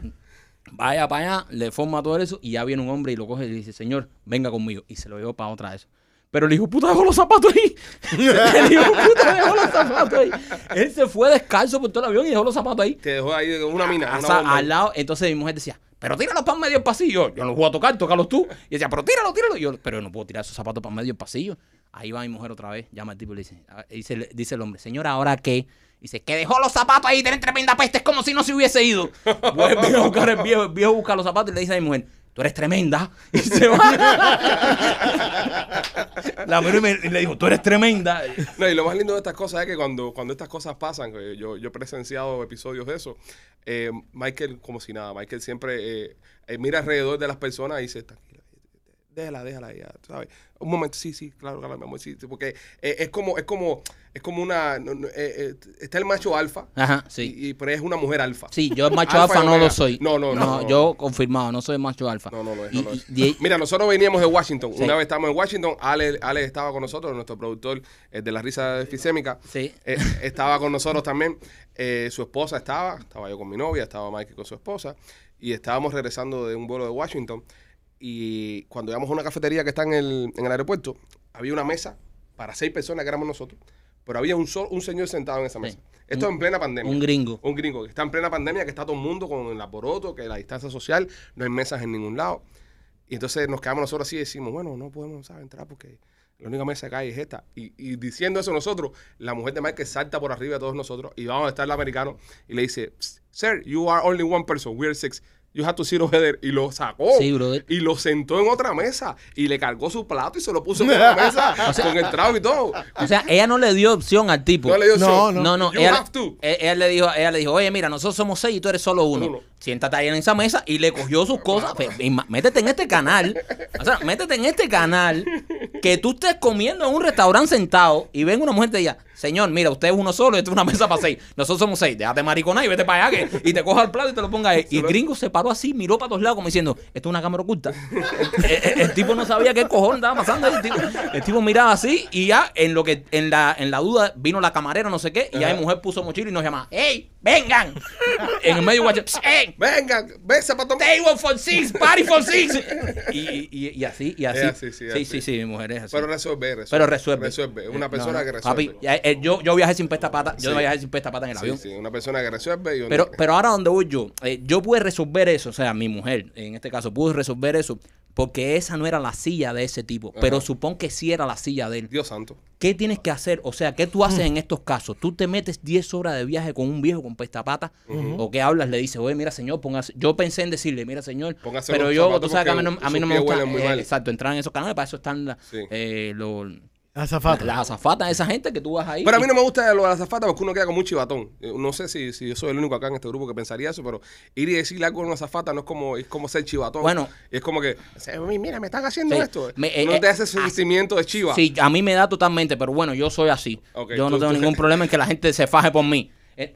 [SPEAKER 2] vaya para allá, le forma todo eso y ya viene un hombre y lo coge y le dice, señor, venga conmigo. Y se lo llevó para otra vez. Pero el hijo puta dejó los zapatos ahí. El hijo puta dejó los zapatos ahí. Él se fue descalzo por todo el avión y dejó los zapatos ahí.
[SPEAKER 1] Te dejó ahí una mina.
[SPEAKER 2] O
[SPEAKER 1] Una
[SPEAKER 2] sea,
[SPEAKER 1] bomba.
[SPEAKER 2] Ah, al lado, entonces mi mujer decía, pero tíralos para medio del pasillo. Yo no los voy a tocar, tócalos tú. Y decía, pero tíralo, tíralo. Y yo, pero yo no puedo tirar esos zapatos para medio del pasillo. Ahí va mi mujer otra vez, llama al tipo y le dice, a- y dice, dice el hombre, señora, ¿ahora qué? Dice, que dejó los zapatos ahí, tienen tremenda peste, es como si no se hubiese ido. Vuelve a buscar el viejo, el viejo busca los zapatos y le dice a mi mujer, tú eres tremenda. Y se va. La mujer me- y le dijo, tú eres tremenda.
[SPEAKER 1] No, y lo más lindo de estas cosas es que cuando, cuando estas cosas pasan, eh, yo, yo he presenciado episodios de eso, eh, Michael, como si nada, Michael siempre eh, eh, mira alrededor de las personas y dice, tranquila, déjala, déjala ya, tú ¿sabes? Un momento, sí, sí, claro, claro, mi amor, sí, sí", porque eh, es como, es como, es como una, no, no, eh, eh, está el macho alfa,
[SPEAKER 2] Ajá, sí.
[SPEAKER 1] y, y- pero es una mujer alfa.
[SPEAKER 2] Sí, yo el macho
[SPEAKER 1] Alfa y
[SPEAKER 2] alfa no
[SPEAKER 1] omega.
[SPEAKER 2] lo soy.
[SPEAKER 1] No, no, no, no.
[SPEAKER 2] Yo confirmado, no soy macho alfa.
[SPEAKER 1] No, no lo es,
[SPEAKER 2] Y-
[SPEAKER 1] no lo es.
[SPEAKER 2] y- y-
[SPEAKER 1] Mira, nosotros veníamos de Washington.
[SPEAKER 2] Sí.
[SPEAKER 1] Una vez estábamos en Washington, Alex, Alex estaba con nosotros, nuestro productor eh, de la risa efisémica.
[SPEAKER 2] sí.
[SPEAKER 1] Eh, estaba con nosotros también. eh, su esposa estaba, estaba yo con mi novia, estaba Mikey con su esposa. y estábamos regresando de un vuelo de Washington y cuando llegamos a una cafetería que está en el, en el aeropuerto, había una mesa para seis personas que éramos nosotros, pero había un, sol- un señor sentado en esa mesa. Esto en plena pandemia.
[SPEAKER 2] Un gringo.
[SPEAKER 1] Un gringo que está en plena pandemia, que está todo el mundo con el alboroto, que la distancia social, no hay mesas en ningún lado. Y entonces nos quedamos nosotros así y decimos, bueno, no podemos ¿sabes? entrar porque la única mesa que hay es esta. Y, y diciendo eso nosotros, la mujer de Michael salta por arriba de todos nosotros y vamos a estar el americano y le dice, "Psst, sir, you are only one person, we are six. You have to sit over there. Y lo sacó.
[SPEAKER 2] Sí, brother.
[SPEAKER 1] Y lo sentó en otra mesa. Y le cargó su plato y se lo puso en otra mesa. con el trago y todo.
[SPEAKER 2] O sea, ella no le dio opción al tipo.
[SPEAKER 1] No le dio
[SPEAKER 3] No,
[SPEAKER 1] opción.
[SPEAKER 3] no.
[SPEAKER 2] pues, No, no,
[SPEAKER 1] You
[SPEAKER 2] ella,
[SPEAKER 1] have to.
[SPEAKER 2] e- ella le dijo, ella le dijo, oye, mira, nosotros somos seis y tú eres solo uno.
[SPEAKER 1] Uno.
[SPEAKER 2] Siéntate ahí en esa mesa y le cogió sus cosas. Pe- y ma- métete en este canal. O sea, métete en este canal que tú estés comiendo en un restaurante sentado y venga una mujer y te diga, señor, mira, usted es uno solo, esto es una mesa para seis. Nosotros somos seis. Déjate mariconar y vete para allá que, y te coja el plato y te lo ponga ahí. Y el gringo se paró así, miró para todos lados como diciendo, esto es una cámara oculta. el, el- el tipo no sabía qué cojón estaba pasando. El tipo, el tipo miraba así y ya en lo que en la, en la duda vino la camarera, no sé qué, y ya
[SPEAKER 1] Ajá.
[SPEAKER 2] mi mujer puso mochila y nos llamaba, ¡Ey, vengan! en el medio guacho, "Psst, ¡Ey!
[SPEAKER 1] Venga, ven zapato.
[SPEAKER 2] Table for six, party for six. Y, y, y así, y así.
[SPEAKER 1] Es así, sí,
[SPEAKER 2] sí,
[SPEAKER 1] es
[SPEAKER 2] sí,
[SPEAKER 1] así.
[SPEAKER 2] sí, mi mujer es así.
[SPEAKER 1] Pero resuelve, resuelve.
[SPEAKER 2] Pero resuelve.
[SPEAKER 1] Resuelve. Una
[SPEAKER 2] Eh,
[SPEAKER 1] persona
[SPEAKER 2] no, no.
[SPEAKER 1] que resuelve.
[SPEAKER 2] Papi, ya, eh, yo, yo viajé sin pesta pata. Yo
[SPEAKER 1] Sí.
[SPEAKER 2] viajé sin pesta pata en el
[SPEAKER 1] Sí,
[SPEAKER 2] avión.
[SPEAKER 1] sí, una persona que resuelve y un-
[SPEAKER 2] Pero, pero ahora donde voy yo, eh, yo pude resolver eso, o sea, mi mujer en este caso pudo resolver eso, porque esa no era la silla de ese tipo, pero
[SPEAKER 1] Ajá.
[SPEAKER 2] supón que sí era la silla de él.
[SPEAKER 1] Dios santo.
[SPEAKER 2] ¿Qué tienes que hacer? O sea, ¿qué
[SPEAKER 1] Mm.
[SPEAKER 2] tú haces en estos casos? ¿Tú te metes 10 horas de viaje con un viejo con pestapata? ¿O qué hablas? Le dices, oye, mira, señor, póngase... Yo pensé en decirle, mira, señor,
[SPEAKER 1] Póngase
[SPEAKER 2] pero
[SPEAKER 1] los
[SPEAKER 2] yo,
[SPEAKER 1] zapatos
[SPEAKER 2] tú sabes que a mí
[SPEAKER 1] porque
[SPEAKER 2] no, a mí
[SPEAKER 1] sus
[SPEAKER 2] no me
[SPEAKER 1] pies
[SPEAKER 2] gusta...
[SPEAKER 1] huelen muy
[SPEAKER 2] eh,
[SPEAKER 1] mal.
[SPEAKER 2] exacto, entrar en esos canales, para eso están la-
[SPEAKER 1] Sí.
[SPEAKER 2] eh, los-
[SPEAKER 3] Azafata.
[SPEAKER 2] las azafatas, esa gente que tú vas ahí...
[SPEAKER 1] Pero a mí
[SPEAKER 2] y-
[SPEAKER 1] no me gusta lo de la zafata porque uno queda como un chivatón. Eh, No sé si, si yo soy el único acá en este grupo que pensaría eso, pero ir y decirle algo a una zafata no es como, es como ser chivatón.
[SPEAKER 2] Bueno.
[SPEAKER 1] es como que, o sea, mira, me están haciendo
[SPEAKER 2] Sí.
[SPEAKER 1] esto.
[SPEAKER 2] Me- eh,
[SPEAKER 1] no
[SPEAKER 2] eh,
[SPEAKER 1] te hace ese
[SPEAKER 2] ah,
[SPEAKER 1] sentimiento de chiva.
[SPEAKER 2] Sí, a mí me da totalmente, pero bueno, yo soy así.
[SPEAKER 1] Ok,
[SPEAKER 2] yo no
[SPEAKER 1] tú-
[SPEAKER 2] tengo
[SPEAKER 1] tú-
[SPEAKER 2] ningún problema en que la gente se faje por mí. Eh,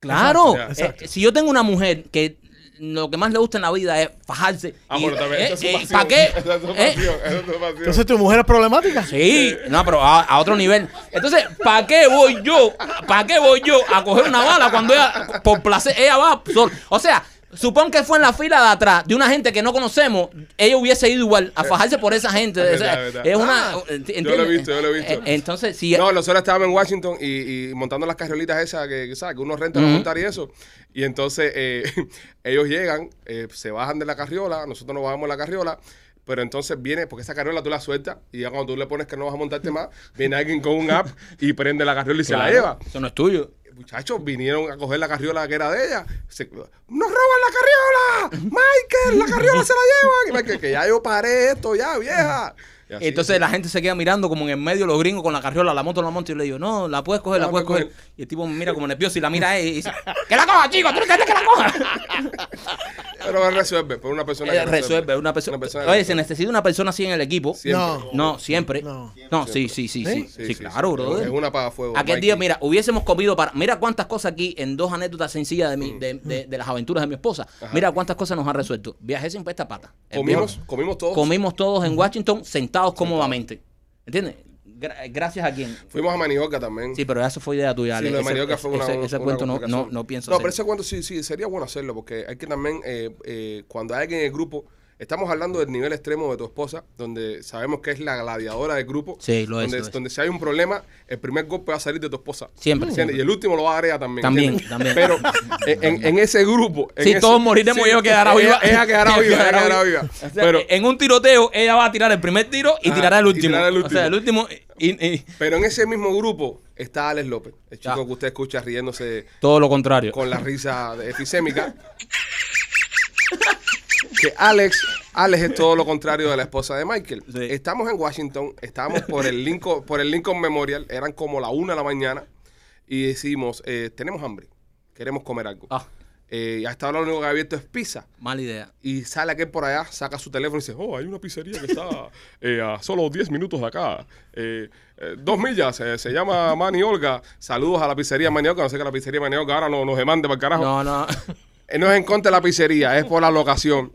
[SPEAKER 2] claro,
[SPEAKER 1] Exacto,
[SPEAKER 2] eh, si yo tengo una mujer que lo que más le gusta en la vida es fajarse.
[SPEAKER 1] Ah,
[SPEAKER 2] y-
[SPEAKER 1] bueno, también.
[SPEAKER 2] eh,
[SPEAKER 1] esa es su
[SPEAKER 2] eh,
[SPEAKER 1] pasión.
[SPEAKER 2] ¿Para qué?
[SPEAKER 1] Esa es su
[SPEAKER 2] Eh,
[SPEAKER 1] pasión, esa es su pasión.
[SPEAKER 3] Entonces, ¿tu mujer es problemática?
[SPEAKER 2] Sí, no, pero a, a otro nivel. Entonces, ¿para qué voy yo? ¿Para qué voy yo a coger una bala cuando ella, por placer, ella va sol? O sea, supón que fue en la fila de atrás de una gente que no conocemos, ella hubiese ido igual a fajarse por esa gente.
[SPEAKER 1] Es
[SPEAKER 2] O sea,
[SPEAKER 1] verdad, es verdad.
[SPEAKER 2] es una.
[SPEAKER 1] Ah,
[SPEAKER 2] enti-
[SPEAKER 1] yo lo he
[SPEAKER 2] ¿entiendes?
[SPEAKER 1] visto, yo lo he visto.
[SPEAKER 2] Eh, Entonces, si.
[SPEAKER 1] No, nosotros estábamos en Washington y, y montando las carriolitas esas que, que, ¿sabes? que uno renta para montar y eso. Y entonces eh, ellos llegan, eh, se bajan de la carriola, nosotros nos bajamos de la carriola. Pero entonces viene, porque esa carriola tú la sueltas y ya cuando tú le pones que no vas a montarte más, viene alguien con un app y prende la carriola y se la
[SPEAKER 2] Claro,
[SPEAKER 1] lleva.
[SPEAKER 2] Eso no es tuyo.
[SPEAKER 1] Muchachos, vinieron a coger la carriola que era de ella. Se- ¡Nos roban la carriola! ¡Michael! ¡La carriola se la llevan! Y Michael, que ya yo paré esto, ya, vieja. Y así,
[SPEAKER 2] Entonces la gente se queda mirando como en el medio los gringos con la carriola, la moto, la moto. Y yo le digo, no, la puedes coger, la,
[SPEAKER 1] La
[SPEAKER 2] puedes
[SPEAKER 1] puedes
[SPEAKER 2] coger. Y el tipo me mira como nervioso y la mira ahí y dice, ¡Que la coja, chico! ¡Tú no quieres que la coja!
[SPEAKER 1] Pero resuelve, por una persona
[SPEAKER 2] Eh,
[SPEAKER 1] que
[SPEAKER 2] resuelve una persona. eh,
[SPEAKER 1] persona que
[SPEAKER 2] Oye, se
[SPEAKER 1] resuelve.
[SPEAKER 2] necesita una persona así en el equipo.
[SPEAKER 1] Siempre.
[SPEAKER 3] No.
[SPEAKER 2] No, siempre.
[SPEAKER 3] No.
[SPEAKER 2] No, sí, sí, sí, sí.
[SPEAKER 3] ¿Sí?
[SPEAKER 2] Sí, claro, brother.
[SPEAKER 1] Es una apagafuego.
[SPEAKER 2] Aquel día,
[SPEAKER 1] Mikey.
[SPEAKER 2] mira, hubiésemos comido para. Mira cuántas cosas aquí en dos anécdotas sencillas de,
[SPEAKER 1] Mm.
[SPEAKER 2] mi, de, de- de las aventuras de mi esposa. Mira cuántas cosas nos han resuelto. Viajé sin pesta pata. El
[SPEAKER 1] Comimos,
[SPEAKER 2] viaje-
[SPEAKER 1] comimos todos.
[SPEAKER 2] Comimos todos en Washington sentados cómodamente. ¿Entiendes? Gra- eh, gracias a quien.
[SPEAKER 1] Fuimos a Manioca también.
[SPEAKER 2] Sí, pero eso fue idea tuya.
[SPEAKER 1] Sí,
[SPEAKER 2] Ale.
[SPEAKER 1] lo de
[SPEAKER 2] Ese-
[SPEAKER 1] Manioca fue una.
[SPEAKER 2] ese- ese
[SPEAKER 1] una
[SPEAKER 2] cuento no, no,
[SPEAKER 1] complicación.
[SPEAKER 2] no pienso.
[SPEAKER 1] No,
[SPEAKER 2] hacer.
[SPEAKER 1] pero ese cuento sí, sí, sería bueno hacerlo porque hay que también, eh, eh, cuando hay alguien en el grupo, estamos hablando del nivel extremo de tu esposa, donde sabemos que es la gladiadora del grupo.
[SPEAKER 2] Sí, lo es,
[SPEAKER 1] donde,
[SPEAKER 2] lo es.
[SPEAKER 1] Donde si hay un problema, el primer golpe va a salir de tu esposa.
[SPEAKER 2] Siempre,
[SPEAKER 1] ¿Entiendes?
[SPEAKER 2] siempre.
[SPEAKER 1] Y el último lo va a agregar también.
[SPEAKER 2] También,
[SPEAKER 1] ¿entiendes?
[SPEAKER 2] también.
[SPEAKER 1] Pero en, en- en ese grupo. en
[SPEAKER 2] Si
[SPEAKER 1] ese-
[SPEAKER 2] todos moriremos, ella quedará
[SPEAKER 1] ella-
[SPEAKER 2] viva.
[SPEAKER 1] Ella quedará viva. Ella quedará viva.
[SPEAKER 2] O sea, eh,
[SPEAKER 1] Pero,
[SPEAKER 2] en un tiroteo, ella va a tirar el primer tiro y
[SPEAKER 1] Ajá,
[SPEAKER 2] tirará el
[SPEAKER 1] y
[SPEAKER 2] último.
[SPEAKER 1] tirará el
[SPEAKER 2] O sea, el último. y- y-
[SPEAKER 1] Pero en ese mismo grupo está Alex López, el chico
[SPEAKER 2] Ya.
[SPEAKER 1] que usted escucha riéndose
[SPEAKER 2] todo lo contrario.
[SPEAKER 1] con la risa de- efisémica. Que Alex, Alex es todo lo contrario de la esposa de Michael.
[SPEAKER 2] Sí.
[SPEAKER 1] Estamos en Washington, estábamos por el Lincoln, por el Lincoln Memorial, eran como la una de la mañana, y decimos, eh, tenemos hambre, queremos comer algo.
[SPEAKER 2] Ah,
[SPEAKER 1] Eh, y hasta ahora lo único que ha abierto es pizza.
[SPEAKER 2] mala idea.
[SPEAKER 1] Y sale aquel por allá, saca su teléfono y dice, oh, hay una pizzería que está eh, a solo 10 minutos de acá. Eh, eh, dos millas, eh, se llama Mani Olga. Saludos a la pizzería Mani Olga. No sé que la pizzería Mani Olga ahora no, Ah. nos demande para el carajo.
[SPEAKER 2] No, no.
[SPEAKER 1] Eh, no es en contra de la pizzería, es por la locación.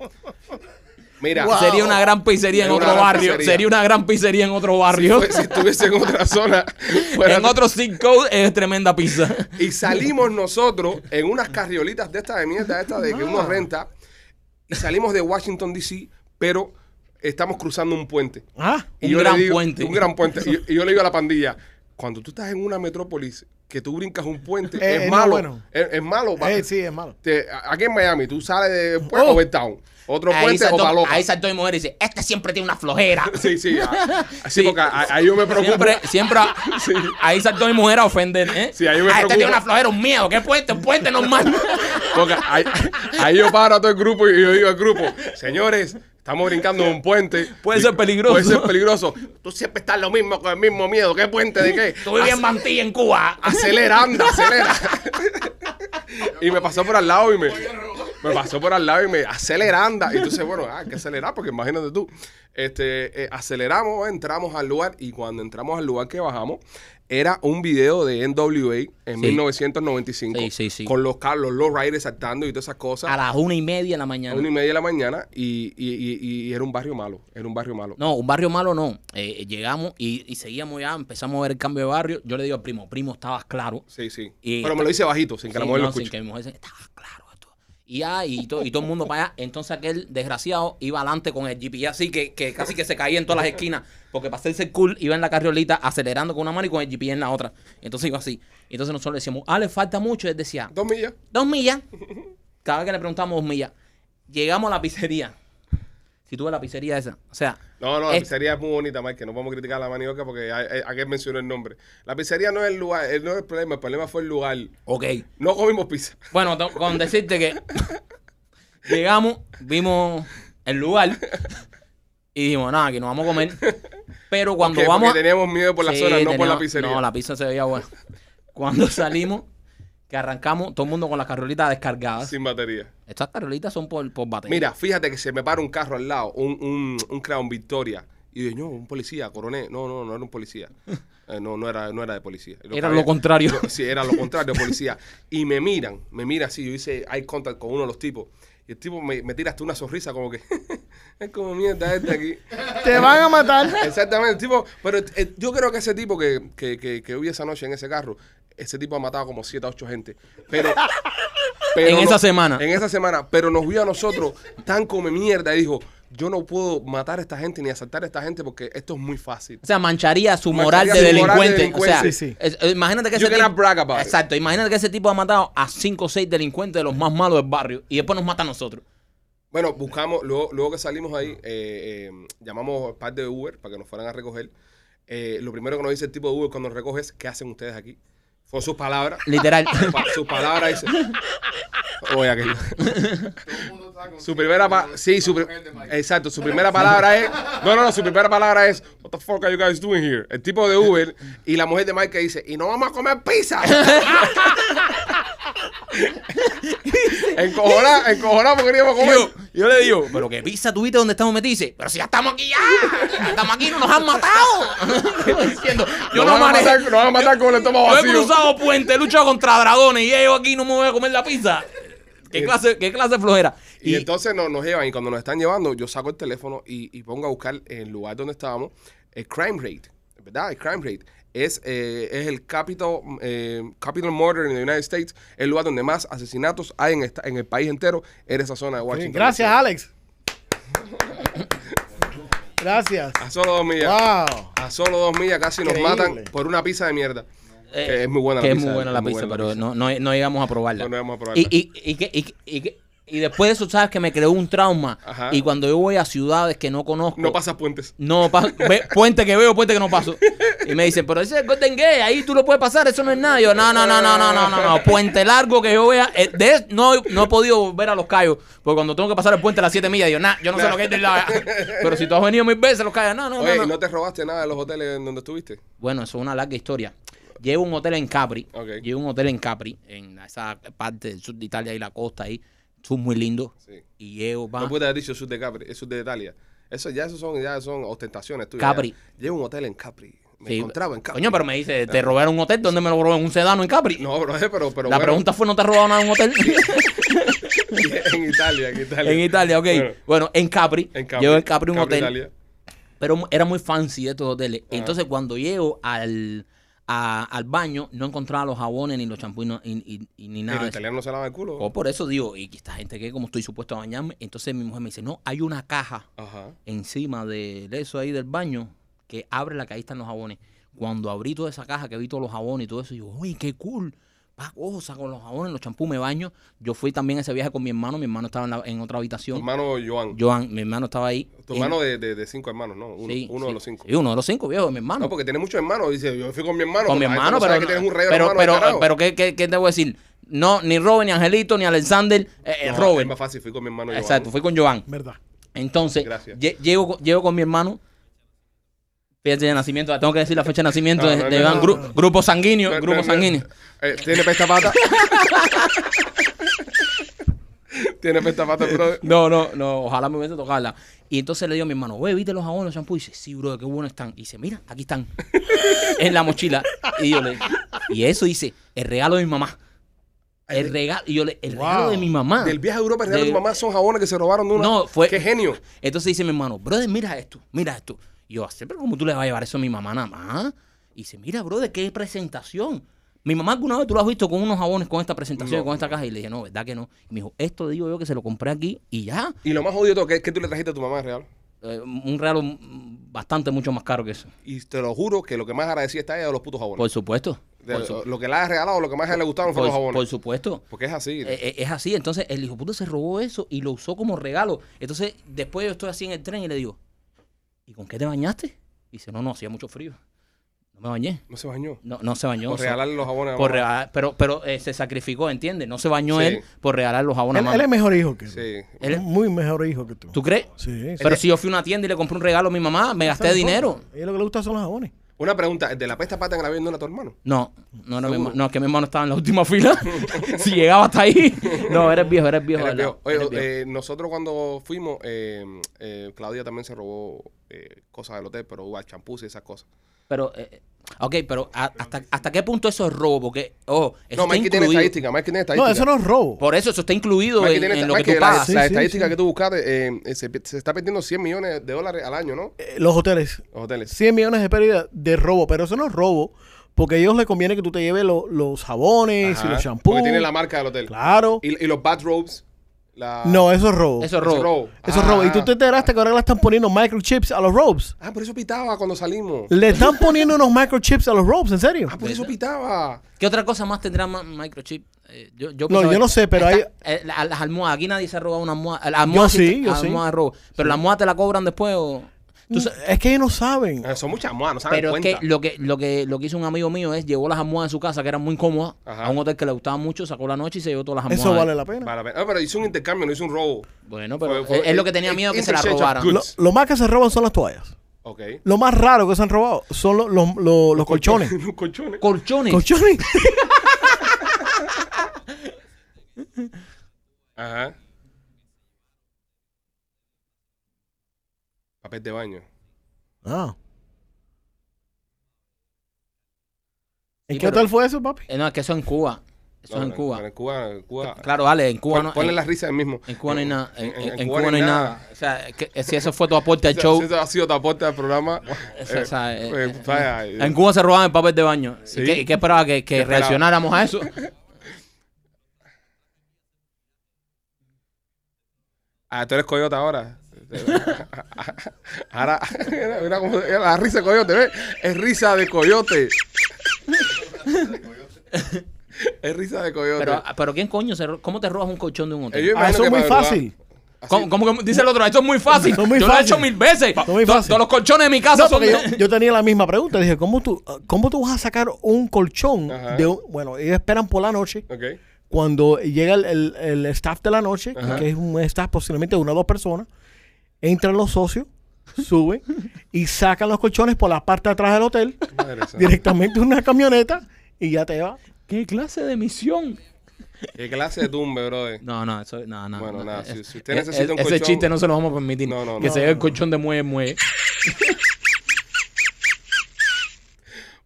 [SPEAKER 1] Mira,
[SPEAKER 3] Wow.
[SPEAKER 2] Sería una gran pizzería en
[SPEAKER 1] Una
[SPEAKER 2] otro
[SPEAKER 1] gran
[SPEAKER 2] barrio.
[SPEAKER 1] pizzería.
[SPEAKER 2] Sería una gran pizzería en otro
[SPEAKER 1] si,
[SPEAKER 2] barrio.
[SPEAKER 1] fue- si estuviese en otra zona, fuera-
[SPEAKER 2] en otro zip code es tremenda pizza.
[SPEAKER 1] Y salimos nosotros en unas carriolitas de estas de mierda, esta de que uno renta, y salimos de Washington, D.C., pero estamos cruzando un puente.
[SPEAKER 3] Ah,
[SPEAKER 1] Y
[SPEAKER 2] Un
[SPEAKER 1] yo le
[SPEAKER 2] gran
[SPEAKER 1] digo-
[SPEAKER 2] puente.
[SPEAKER 1] Un gran puente. Y, yo- y yo le digo a la pandilla, cuando tú estás en una metrópolis que tú brincas un puente,
[SPEAKER 3] Eh,
[SPEAKER 1] es,
[SPEAKER 3] eh, no,
[SPEAKER 1] malo,
[SPEAKER 3] bueno.
[SPEAKER 1] es, es malo. pa-
[SPEAKER 3] eh, sí, es malo.
[SPEAKER 1] te- a- aquí en Miami, tú sales de puente
[SPEAKER 3] Oh.
[SPEAKER 1] o Town, otro
[SPEAKER 2] Ahí
[SPEAKER 1] puente o
[SPEAKER 2] saltó,
[SPEAKER 1] Paloma.
[SPEAKER 2] ahí saltó mi mujer y dice, este siempre tiene una flojera.
[SPEAKER 1] Sí, sí. a- sí,
[SPEAKER 2] Sí.
[SPEAKER 1] porque a- ahí yo me preocupo.
[SPEAKER 2] Siempre, siempre, a- ahí saltó mi mujer a ofender, ¿eh?
[SPEAKER 1] Sí, ahí me
[SPEAKER 2] Ah, este
[SPEAKER 1] preocupa.
[SPEAKER 2] tiene una flojera, un miedo, ¿qué puente? Un puente normal.
[SPEAKER 1] Porque ahí, ahí yo paro a todo el grupo y yo digo al grupo, señores, estamos brincando en un puente.
[SPEAKER 2] Puede ser peligroso.
[SPEAKER 1] Puede ser peligroso. Tú siempre estás lo mismo con el mismo miedo. ¿Qué puente de qué?
[SPEAKER 2] Tú vivías en Mantilla, en Cuba.
[SPEAKER 1] Acelera, anda, acelera. y me pasó por al lado y me, me pasó por al lado y me acelera, anda. Y entonces, bueno, ah, hay que acelerar porque imagínate tú. Este, eh, aceleramos, entramos al lugar y cuando entramos al lugar que bajamos, era un video de NWA en
[SPEAKER 2] Sí.
[SPEAKER 1] 1995
[SPEAKER 2] Sí, sí, sí.
[SPEAKER 1] con los carros, los riders saltando y todas esas cosas
[SPEAKER 2] A
[SPEAKER 1] a,
[SPEAKER 2] las una y media de la mañana.
[SPEAKER 1] una y media de la mañana y, y- y- y era un barrio malo, era un barrio malo.
[SPEAKER 2] No, un barrio malo no. Eh, llegamos y, y seguíamos ya, empezamos a ver el cambio de barrio. Yo le digo al primo, primo, estabas claro.
[SPEAKER 1] Sí, sí.
[SPEAKER 2] Y-
[SPEAKER 1] Pero me lo hice bajito, sin que la
[SPEAKER 2] Sí,
[SPEAKER 1] mujer
[SPEAKER 2] no,
[SPEAKER 1] lo
[SPEAKER 2] sin
[SPEAKER 1] escuche.
[SPEAKER 2] que mi mujer se- estabas claro esto. Y ya, y, to- y todo el mundo para allá. Entonces aquel desgraciado iba adelante con el GPS así que, que casi que se caía en todas las esquinas. Porque para hacerse el cool iba en la carriolita acelerando con una mano y con el GPS en la otra. Entonces iba así. Entonces nosotros le decíamos, ah, le falta mucho. Y él decía,
[SPEAKER 1] Dos millas.
[SPEAKER 2] Dos millas. Cada vez que le preguntamos dos millas. Llegamos a la pizzería. Si tú ves la pizzería esa. O sea,
[SPEAKER 1] No, no, la
[SPEAKER 2] Es-
[SPEAKER 1] pizzería es muy bonita, Mike, que no podemos criticar la manioca porque a- a- aquel mencionó el nombre. La pizzería no es el lugar, eh, no es el problema, el problema fue el lugar.
[SPEAKER 2] ok.
[SPEAKER 1] No comimos pizza.
[SPEAKER 2] Bueno, to- con decirte que llegamos, vimos el lugar y dijimos, nada, que nos vamos a comer. Pero cuando
[SPEAKER 1] Que-
[SPEAKER 2] vamos...
[SPEAKER 1] porque teníamos miedo por la
[SPEAKER 2] Sí,
[SPEAKER 1] zona, no por la
[SPEAKER 2] teníamos-
[SPEAKER 1] pizzería.
[SPEAKER 2] No, la pizza se veía buena. Cuando salimos, que arrancamos, todo el mundo con las carrolitas descargadas.
[SPEAKER 1] Sin batería.
[SPEAKER 2] Estas carrolitas son por, por batería.
[SPEAKER 1] Mira, fíjate que se me para un carro al lado, un, un, un Crown Victoria. Y yo, no, un policía, coronel. No, no, no era un policía. Eh, no, no era, no era de policía.
[SPEAKER 2] Era lo contrario.
[SPEAKER 1] Yo- sí, era lo contrario, policía. Y me miran, me miran así. Yo hice eye contact con uno de los tipos. Y el tipo me, me tira hasta una sonrisa como que... es como mierda este aquí.
[SPEAKER 3] Te van a matar.
[SPEAKER 1] Exactamente, el tipo, pero eh, yo creo que ese tipo que, que, que, que hubo esa noche en ese carro, ese tipo ha matado como 7 a 8 gente. Pero, pero
[SPEAKER 2] En esa semana.
[SPEAKER 1] En esa semana, pero nos vio a nosotros tan come mierda y dijo, yo no puedo matar a esta gente ni asaltar a esta gente porque esto es muy fácil.
[SPEAKER 2] O sea, mancharía su
[SPEAKER 1] Mancharía
[SPEAKER 2] moral de
[SPEAKER 1] su moral de
[SPEAKER 2] delincuente. O sea,
[SPEAKER 1] delincuente.
[SPEAKER 3] Sí, sí.
[SPEAKER 2] es- imagínate que
[SPEAKER 1] You
[SPEAKER 2] ese
[SPEAKER 1] cannot brag about it.
[SPEAKER 2] Exacto, imagínate que ese tipo ha matado a 5 o 6 delincuentes de los más malos del barrio y después nos mata a nosotros.
[SPEAKER 1] Bueno, buscamos, luego, luego que salimos ahí, eh, eh, llamamos a par de Uber para que nos fueran a recoger. Eh, lo primero que nos dice el tipo de Uber cuando nos recoge es, ¿qué hacen ustedes aquí? Fue sus palabras.
[SPEAKER 2] Literal.
[SPEAKER 1] Pa- su palabra dice. Oye, aquello. Su primera palabra. Sí, su pri- Exacto, su primera palabra es. No, no, no, su primera palabra es. What the fuck are you guys doing here? El tipo de Uber y la mujer de Mike que dice. Y no vamos a comer pizza. encojonada, encojonada porque no íbamos a comer.
[SPEAKER 2] yo, yo le digo, pero que pizza tuviste donde estamos metidos. Y dice, pero si ya estamos aquí ya. Ya estamos aquí, no nos han matado. Diciendo, yo
[SPEAKER 1] nos
[SPEAKER 2] no
[SPEAKER 1] van a
[SPEAKER 2] manejo.
[SPEAKER 1] matar, nos van a matar con el estómago
[SPEAKER 2] Yo he
[SPEAKER 1] vacío.
[SPEAKER 2] cruzado puente, he luchado contra dragones y yo aquí no me voy a comer la pizza. ¿Qué clase, qué clase de flojera?
[SPEAKER 1] Y, entonces nos, nos llevan y cuando nos están llevando, yo saco el teléfono y, y pongo a buscar el lugar donde estábamos, el crime rate, ¿verdad? El crime rate es, eh, es el capital, eh, capital murder en the United States, el lugar donde más asesinatos hay en, esta- en el país entero, en esa zona de Washington.
[SPEAKER 3] Gracias, ah.
[SPEAKER 1] D.C.
[SPEAKER 3] Alex. Gracias.
[SPEAKER 1] A solo dos millas.
[SPEAKER 3] Wow.
[SPEAKER 1] A solo dos millas casi nos
[SPEAKER 3] Increíble.
[SPEAKER 1] matan por una pizza de mierda.
[SPEAKER 2] Eh,
[SPEAKER 1] que es muy buena
[SPEAKER 2] que
[SPEAKER 1] la
[SPEAKER 2] es
[SPEAKER 1] pizza.
[SPEAKER 2] muy buena la pizza, pero No, no, no llegamos a probarla.
[SPEAKER 1] No, no llegamos a probarla.
[SPEAKER 2] Y, y, y, que- y, que- y, que- y después de eso, sabes que me creó un trauma.
[SPEAKER 1] Ajá.
[SPEAKER 2] Y cuando yo voy a ciudades que no conozco.
[SPEAKER 1] No pasas puentes.
[SPEAKER 2] No, pa- ve- puente que veo, puente que no paso. Y me dicen, pero ese es Golden Gate, ahí tú lo puedes pasar, eso no es nada. Yo, no, no, no, no, no, no, no, no. Puente largo que yo vea. eh, de- no, no he podido volver a Los Cayos, porque cuando tengo que pasar el puente a las 7 millas, yo, nah, yo no sé lo que es de la... Pero si tú has venido mil veces a Los Cayos, no, no,
[SPEAKER 1] Oye,
[SPEAKER 2] no,
[SPEAKER 1] ¿y
[SPEAKER 2] no.
[SPEAKER 1] no te robaste nada de los hoteles en donde estuviste?
[SPEAKER 2] Bueno, eso es una larga historia. Llevo un hotel en Capri.
[SPEAKER 1] Ok.
[SPEAKER 2] Llevo un hotel en Capri, en esa parte del sur de Italia y la costa ahí. Sur muy lindo.
[SPEAKER 1] Sí.
[SPEAKER 2] Y llevo pa-
[SPEAKER 1] No pude haber dicho sur de Capri, eh, sur de Italia. Eso ya esos son, ya son ostentaciones tuyas.
[SPEAKER 2] Capri.
[SPEAKER 1] ya. Llevo un hotel en Capri. Me
[SPEAKER 2] Sí.
[SPEAKER 1] encontraba en Capri.
[SPEAKER 2] Coño, pero me dice, ¿te robaron un hotel? ¿Dónde me lo robaron? ¿Un sedano en Capri?
[SPEAKER 1] No, bro, eh, pero, pero
[SPEAKER 2] la
[SPEAKER 1] bueno,
[SPEAKER 2] pregunta fue, ¿no te has robado nada en un hotel?
[SPEAKER 1] en Italia, en Italia.
[SPEAKER 2] En Italia, ok. Bueno,
[SPEAKER 1] Bueno.
[SPEAKER 2] en Capri.
[SPEAKER 1] En Capri.
[SPEAKER 2] Llevo en Capri un hotel.
[SPEAKER 1] Italia.
[SPEAKER 2] Pero mu- era muy fancy de estos hoteles.
[SPEAKER 1] Ajá.
[SPEAKER 2] Entonces, cuando llego al, a- al baño, no encontraba los jabones, ni los champús, no- Oh. y- y- y ni
[SPEAKER 1] Y
[SPEAKER 2] nada.
[SPEAKER 1] los
[SPEAKER 2] de eso.
[SPEAKER 1] italianos no se lavan el culo.
[SPEAKER 2] O por eso digo, y esta gente que como estoy supuesto a bañarme, entonces mi mujer me dice, no, hay una caja
[SPEAKER 1] Ajá.
[SPEAKER 2] encima de eso ahí del baño que abre la que ahí están los jabones. Cuando abrí toda esa caja que vi todos los jabones y todo eso, yo, uy, qué cool. Pa, cojo, saco los jabones, los champús, me baño. Yo fui también a ese viaje con mi hermano, mi hermano estaba en, la- en otra
[SPEAKER 1] Tu
[SPEAKER 2] habitación.
[SPEAKER 1] hermano Joan.
[SPEAKER 2] Joan, mi hermano estaba ahí.
[SPEAKER 1] Tu
[SPEAKER 2] En-
[SPEAKER 1] hermano de, de, de cinco hermanos, ¿no? Uno,
[SPEAKER 2] sí,
[SPEAKER 1] uno
[SPEAKER 2] sí.
[SPEAKER 1] de los cinco.
[SPEAKER 2] Sí, uno de los cinco, viejo, mi hermano.
[SPEAKER 1] No, porque tiene muchos hermanos. Dice, yo fui con mi hermano.
[SPEAKER 2] con mi
[SPEAKER 1] pero la
[SPEAKER 2] hermano,
[SPEAKER 1] gente no
[SPEAKER 2] pero,
[SPEAKER 1] sabe que tienes un rey de
[SPEAKER 2] pero,
[SPEAKER 1] hermanos,
[SPEAKER 2] pero,
[SPEAKER 1] descarado.
[SPEAKER 2] pero ¿qué, qué, qué te voy a decir? No, ni Robert, ni Angelito, ni Alexander, eh, eh,
[SPEAKER 1] No, Es
[SPEAKER 2] Robert.
[SPEAKER 1] más fácil, fui con mi hermano Joan.
[SPEAKER 2] Exacto, fui con Joan.
[SPEAKER 3] Verdad.
[SPEAKER 2] Entonces,
[SPEAKER 1] Gracias.
[SPEAKER 2] lle- llego, con- llego con mi hermano. Fíjate de nacimiento, tengo que decir la fecha de nacimiento
[SPEAKER 1] No,
[SPEAKER 2] de,
[SPEAKER 1] no,
[SPEAKER 2] de
[SPEAKER 1] no,
[SPEAKER 2] Iván.
[SPEAKER 1] no,
[SPEAKER 2] Gru-
[SPEAKER 1] no.
[SPEAKER 2] Grupo sanguíneo, grupo sanguíneo.
[SPEAKER 1] Eh, ¿Tiene pesta pata? ¿Tiene pesta pata, brother?
[SPEAKER 2] No, no, no, ojalá me hubiese tocarla. Y entonces le digo a mi hermano, güey, ¿viste los jabones, los champús? Y dice, sí, bro, qué buenos están. Y dice, mira, aquí están, en la mochila. Y yo le, y eso dice, el regalo de mi mamá. El regalo, y yo le, el
[SPEAKER 3] Wow.
[SPEAKER 2] regalo de mi mamá.
[SPEAKER 3] Ah.
[SPEAKER 1] Del viaje a Europa, el regalo de
[SPEAKER 2] De-
[SPEAKER 1] tu mamá son jabones que se robaron de una.
[SPEAKER 2] No, eh. fue-
[SPEAKER 1] ¡Qué genio!
[SPEAKER 2] Entonces dice mi hermano, brother, mira esto, mira esto. Y yo, "Así, pero ¿cómo tú le vas a llevar eso a mi mamá nada más? Y dice, mira, brother, qué presentación. Mi mamá alguna vez tú lo has visto con unos jabones con esta presentación,
[SPEAKER 1] No,
[SPEAKER 2] con esta caja. Y le dije, no, ¿verdad que no? Y me dijo, esto digo yo que se lo compré aquí y ya.
[SPEAKER 1] Y lo más jodido de todo, que es que tú le trajiste a tu mamá el regalo.
[SPEAKER 2] Eh, un regalo mm, bastante mucho más caro que eso.
[SPEAKER 1] Y te lo juro que lo que más agradecía está ella de los putos jabones.
[SPEAKER 2] Por supuesto.
[SPEAKER 1] De-
[SPEAKER 2] por, su-
[SPEAKER 1] lo que le has regalado, lo que más a ella le gustaron fueron
[SPEAKER 2] por-
[SPEAKER 1] los jabones.
[SPEAKER 2] por supuesto.
[SPEAKER 1] Porque es así.
[SPEAKER 2] Eh, eh, es así. Entonces, el hijo puto se robó eso y lo usó como regalo. Entonces, después yo estoy así en el tren y le digo, ¿y con qué te bañaste? Y dice, no, no, hacía mucho frío. No me bañé.
[SPEAKER 1] no se bañó.
[SPEAKER 2] No, no se bañó.
[SPEAKER 1] Por
[SPEAKER 2] so-
[SPEAKER 1] regalarle los jabones a la
[SPEAKER 2] por
[SPEAKER 1] mamá.
[SPEAKER 2] regalar- pero pero eh, se sacrificó, ¿entiendes? No se bañó
[SPEAKER 1] Sí.
[SPEAKER 2] él por regalar los jabones
[SPEAKER 3] Él,
[SPEAKER 2] a
[SPEAKER 3] él es
[SPEAKER 2] mamá.
[SPEAKER 3] mejor hijo que tú.
[SPEAKER 1] Sí.
[SPEAKER 2] Él es-
[SPEAKER 3] Muy mejor hijo que tú.
[SPEAKER 2] ¿Tú crees?
[SPEAKER 3] Sí. sí.
[SPEAKER 2] Pero si yo fui a una tienda y le compré un regalo a mi mamá, me gasté
[SPEAKER 3] Eso no
[SPEAKER 2] dinero.
[SPEAKER 3] importa. A ella lo que le gusta son los jabones.
[SPEAKER 1] Una pregunta, ¿el de la pesta pata en el avión no era tu hermano?
[SPEAKER 2] No, no era mi
[SPEAKER 1] Seguro.
[SPEAKER 2] hermano. No, es que mi hermano estaba en la última fila. si llegaba hasta ahí. No, eres viejo, eres viejo.
[SPEAKER 1] Era el
[SPEAKER 2] ¿verdad?
[SPEAKER 1] viejo. Oye,
[SPEAKER 2] Eres viejo.
[SPEAKER 1] eh, nosotros cuando fuimos, eh, eh, Claudia también se robó eh, cosas del hotel, pero hubo champús y esas cosas.
[SPEAKER 2] Pero, eh, ok, pero a- hasta, ¿hasta qué punto eso es robo? Porque, ojo, eso
[SPEAKER 1] No,
[SPEAKER 2] está
[SPEAKER 1] Mikey tiene
[SPEAKER 2] incluido.
[SPEAKER 1] estadística, Mikey tiene estadística.
[SPEAKER 3] No, eso no es robo.
[SPEAKER 2] Por eso, eso está incluido
[SPEAKER 1] Mikey
[SPEAKER 2] en,
[SPEAKER 1] tiene
[SPEAKER 2] en
[SPEAKER 1] esta-
[SPEAKER 2] lo que tú
[SPEAKER 1] Mikey, la-
[SPEAKER 2] pagas.
[SPEAKER 1] La,
[SPEAKER 3] Sí, sí,
[SPEAKER 1] estadística
[SPEAKER 3] sí.
[SPEAKER 1] que tú buscaste eh, eh, se, se está perdiendo 100 millones de dólares al año, ¿no?
[SPEAKER 3] Eh, los hoteles.
[SPEAKER 1] Los hoteles.
[SPEAKER 3] 100 millones de pérdida de robo, pero eso no es robo, porque a ellos les conviene que tú te lleves lo- los jabones y
[SPEAKER 1] Ajá,
[SPEAKER 3] los shampoos.
[SPEAKER 1] Porque tiene la marca del hotel.
[SPEAKER 3] Claro.
[SPEAKER 1] Y, y los bathrobes. La...
[SPEAKER 3] No, eso es robo.
[SPEAKER 2] Eso
[SPEAKER 3] Eso,
[SPEAKER 2] es robo.
[SPEAKER 3] es robo. Y tú te
[SPEAKER 1] Ah,
[SPEAKER 3] enteraste que ahora le están poniendo microchips a los robes.
[SPEAKER 1] Ah, por eso pitaba cuando salimos.
[SPEAKER 3] Le están poniendo unos microchips a los robes, ¿en serio?
[SPEAKER 1] Ah, por eso pitaba.
[SPEAKER 2] ¿Qué otra cosa más tendrá ma- Microchip? Eh, yo, yo
[SPEAKER 3] No,
[SPEAKER 2] pensaba-
[SPEAKER 3] yo no sé, pero
[SPEAKER 2] Está-
[SPEAKER 3] hay-
[SPEAKER 2] eh, la- las almohadas, aquí nadie se roba una almohada. eh, La almohada
[SPEAKER 3] sí,
[SPEAKER 2] te-
[SPEAKER 3] yo
[SPEAKER 2] la
[SPEAKER 3] sí.
[SPEAKER 2] almohada robo. Pero la almohada te la cobran después o... Tú sa-
[SPEAKER 3] Es que ellos no saben.
[SPEAKER 1] Ah, Son muchas moas, no saben
[SPEAKER 2] Pero es
[SPEAKER 1] cuenta.
[SPEAKER 2] que lo, que lo que lo que hizo un amigo mío es llevó las almohadas de su casa que eran muy cómodas
[SPEAKER 1] Ajá.
[SPEAKER 2] a un hotel que le gustaba mucho, sacó la noche y se llevó todas las almohadas.
[SPEAKER 3] Eso vale la pena.
[SPEAKER 1] Vale, vale. Ah, pero hizo un intercambio, no hizo un robo.
[SPEAKER 2] Bueno, pero
[SPEAKER 1] Fue- fue-
[SPEAKER 2] es lo que tenía miedo que se la
[SPEAKER 1] Interchange of
[SPEAKER 2] robaran.
[SPEAKER 1] goods.
[SPEAKER 3] Lo, lo más que se roban son las toallas.
[SPEAKER 1] Ok.
[SPEAKER 3] Lo más raro que se han robado son lo- lo- lo- los colchones.
[SPEAKER 1] Los colchones.
[SPEAKER 2] Colchones.
[SPEAKER 3] ¿Colchones?
[SPEAKER 1] Ajá. Papel de baño.
[SPEAKER 3] Ah. ¿En
[SPEAKER 2] Sí,
[SPEAKER 3] qué
[SPEAKER 2] pero-
[SPEAKER 3] hotel fue eso, papi?
[SPEAKER 2] Eh, no, es que eso en Cuba. Eso
[SPEAKER 1] No,
[SPEAKER 2] es en Cuba.
[SPEAKER 1] En Cuba, en Cuba.
[SPEAKER 2] Claro, vale, en Cuba
[SPEAKER 1] Pon-
[SPEAKER 2] no.
[SPEAKER 1] ponle
[SPEAKER 2] en,
[SPEAKER 1] la risa del mismo.
[SPEAKER 2] en Cuba no hay nada. En,
[SPEAKER 1] en-
[SPEAKER 2] en- en Cuba no hay nada. O sea, que- eh, si eso fue tu aporte al
[SPEAKER 1] Ese-
[SPEAKER 2] show.
[SPEAKER 1] ese ha sido tu aporte al programa.
[SPEAKER 2] o sea, eh,
[SPEAKER 1] eh,
[SPEAKER 2] eh,
[SPEAKER 1] vaya, eh,
[SPEAKER 2] En Cuba se robaban el papel de baño. ¿Y
[SPEAKER 1] Sí.
[SPEAKER 2] qué, y qué esperaba? ¿Que, que
[SPEAKER 1] esperaba?
[SPEAKER 2] reaccionáramos a eso?
[SPEAKER 1] Ah, tú eres coyote ahora. Ahora, mira, mira cómo mira la risa de coyote, ¿ves? Es risa de coyote. Es risa de coyote.
[SPEAKER 2] Pero, ah, pero ¿quién coño? Se, ro- ¿Cómo te robas un colchón de un
[SPEAKER 1] Eh,
[SPEAKER 2] hotel?
[SPEAKER 1] yo imagino
[SPEAKER 3] Ah, eso
[SPEAKER 1] que
[SPEAKER 3] es muy
[SPEAKER 1] madrugar-
[SPEAKER 3] fácil.
[SPEAKER 1] así-
[SPEAKER 2] ¿Cómo, cómo que- dice el otro, esto es muy fácil.
[SPEAKER 3] Son muy
[SPEAKER 2] yo lo he
[SPEAKER 3] fácil.
[SPEAKER 2] hecho mil veces.
[SPEAKER 3] Son muy
[SPEAKER 2] To-
[SPEAKER 3] fácil.
[SPEAKER 2] Todos los colchones de mi casa
[SPEAKER 3] No,
[SPEAKER 2] son.
[SPEAKER 3] porque yo, yo tenía la misma pregunta. Dije, ¿cómo tú, ¿cómo tú vas a sacar un colchón?
[SPEAKER 1] Ajá.
[SPEAKER 3] de un- Bueno, ellos esperan por la noche.
[SPEAKER 1] Ok.
[SPEAKER 3] Cuando llega el, el- el staff de la noche,
[SPEAKER 1] Ajá.
[SPEAKER 3] que es un staff posiblemente de una o dos personas, entran los socios, suben y sacan los colchones por la parte de atrás del hotel,
[SPEAKER 1] Madre santa.
[SPEAKER 3] directamente una camioneta y ya te va.
[SPEAKER 2] ¿Qué clase de misión?
[SPEAKER 1] ¿Qué clase de tumbe, brother?
[SPEAKER 2] No, no, eso no, no.
[SPEAKER 1] Bueno,
[SPEAKER 2] no,
[SPEAKER 1] nada,
[SPEAKER 2] es-
[SPEAKER 1] si- si usted
[SPEAKER 2] es-
[SPEAKER 1] necesita un
[SPEAKER 2] Ese
[SPEAKER 1] colchón-
[SPEAKER 2] chiste no se lo vamos a permitir.
[SPEAKER 1] No, no,
[SPEAKER 2] que
[SPEAKER 1] no.
[SPEAKER 2] se lleve el colchón de mueve, mueve.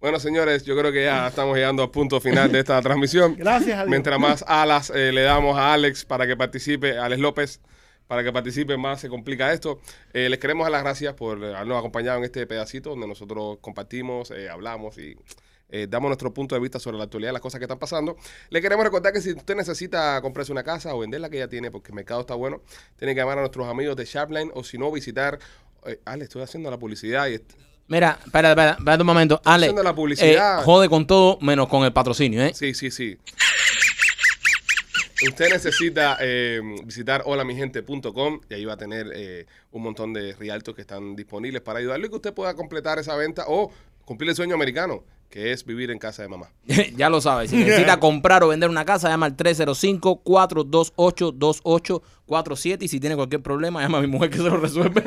[SPEAKER 1] Bueno, señores, yo creo que ya estamos llegando al punto final de esta transmisión.
[SPEAKER 3] Gracias a Dios.
[SPEAKER 1] Mientras más alas eh, le damos a Alex para que participe, Alex López, para que participe, más se complica esto. Eh, les queremos dar las gracias por eh, habernos acompañado en este pedacito donde nosotros compartimos, eh, hablamos y eh, damos nuestro punto de vista sobre la actualidad, las cosas que están pasando. Le queremos recordar que si usted necesita comprarse una casa o vender la que ya tiene, porque el mercado está bueno, tiene que llamar a nuestros amigos de Sharpline o si no, visitar. eh, Ale, estoy haciendo la publicidad y. est-
[SPEAKER 2] Mira, espera, espera, espera un momento. Ale,
[SPEAKER 1] Haciendo la publicidad.
[SPEAKER 2] eh, jode con todo menos con el patrocinio, ¿eh?
[SPEAKER 1] Sí, sí, sí. Usted necesita eh, visitar holamigente.com y ahí va a tener eh, un montón de rialtos que están disponibles para ayudarle y que usted pueda completar esa venta o cumplir el sueño americano, que es vivir en casa de mamá.
[SPEAKER 2] ya lo sabes. Si necesita comprar o vender una casa, llama al 305-428-2847. Y si tiene cualquier problema, llama a mi mujer que se lo resuelve.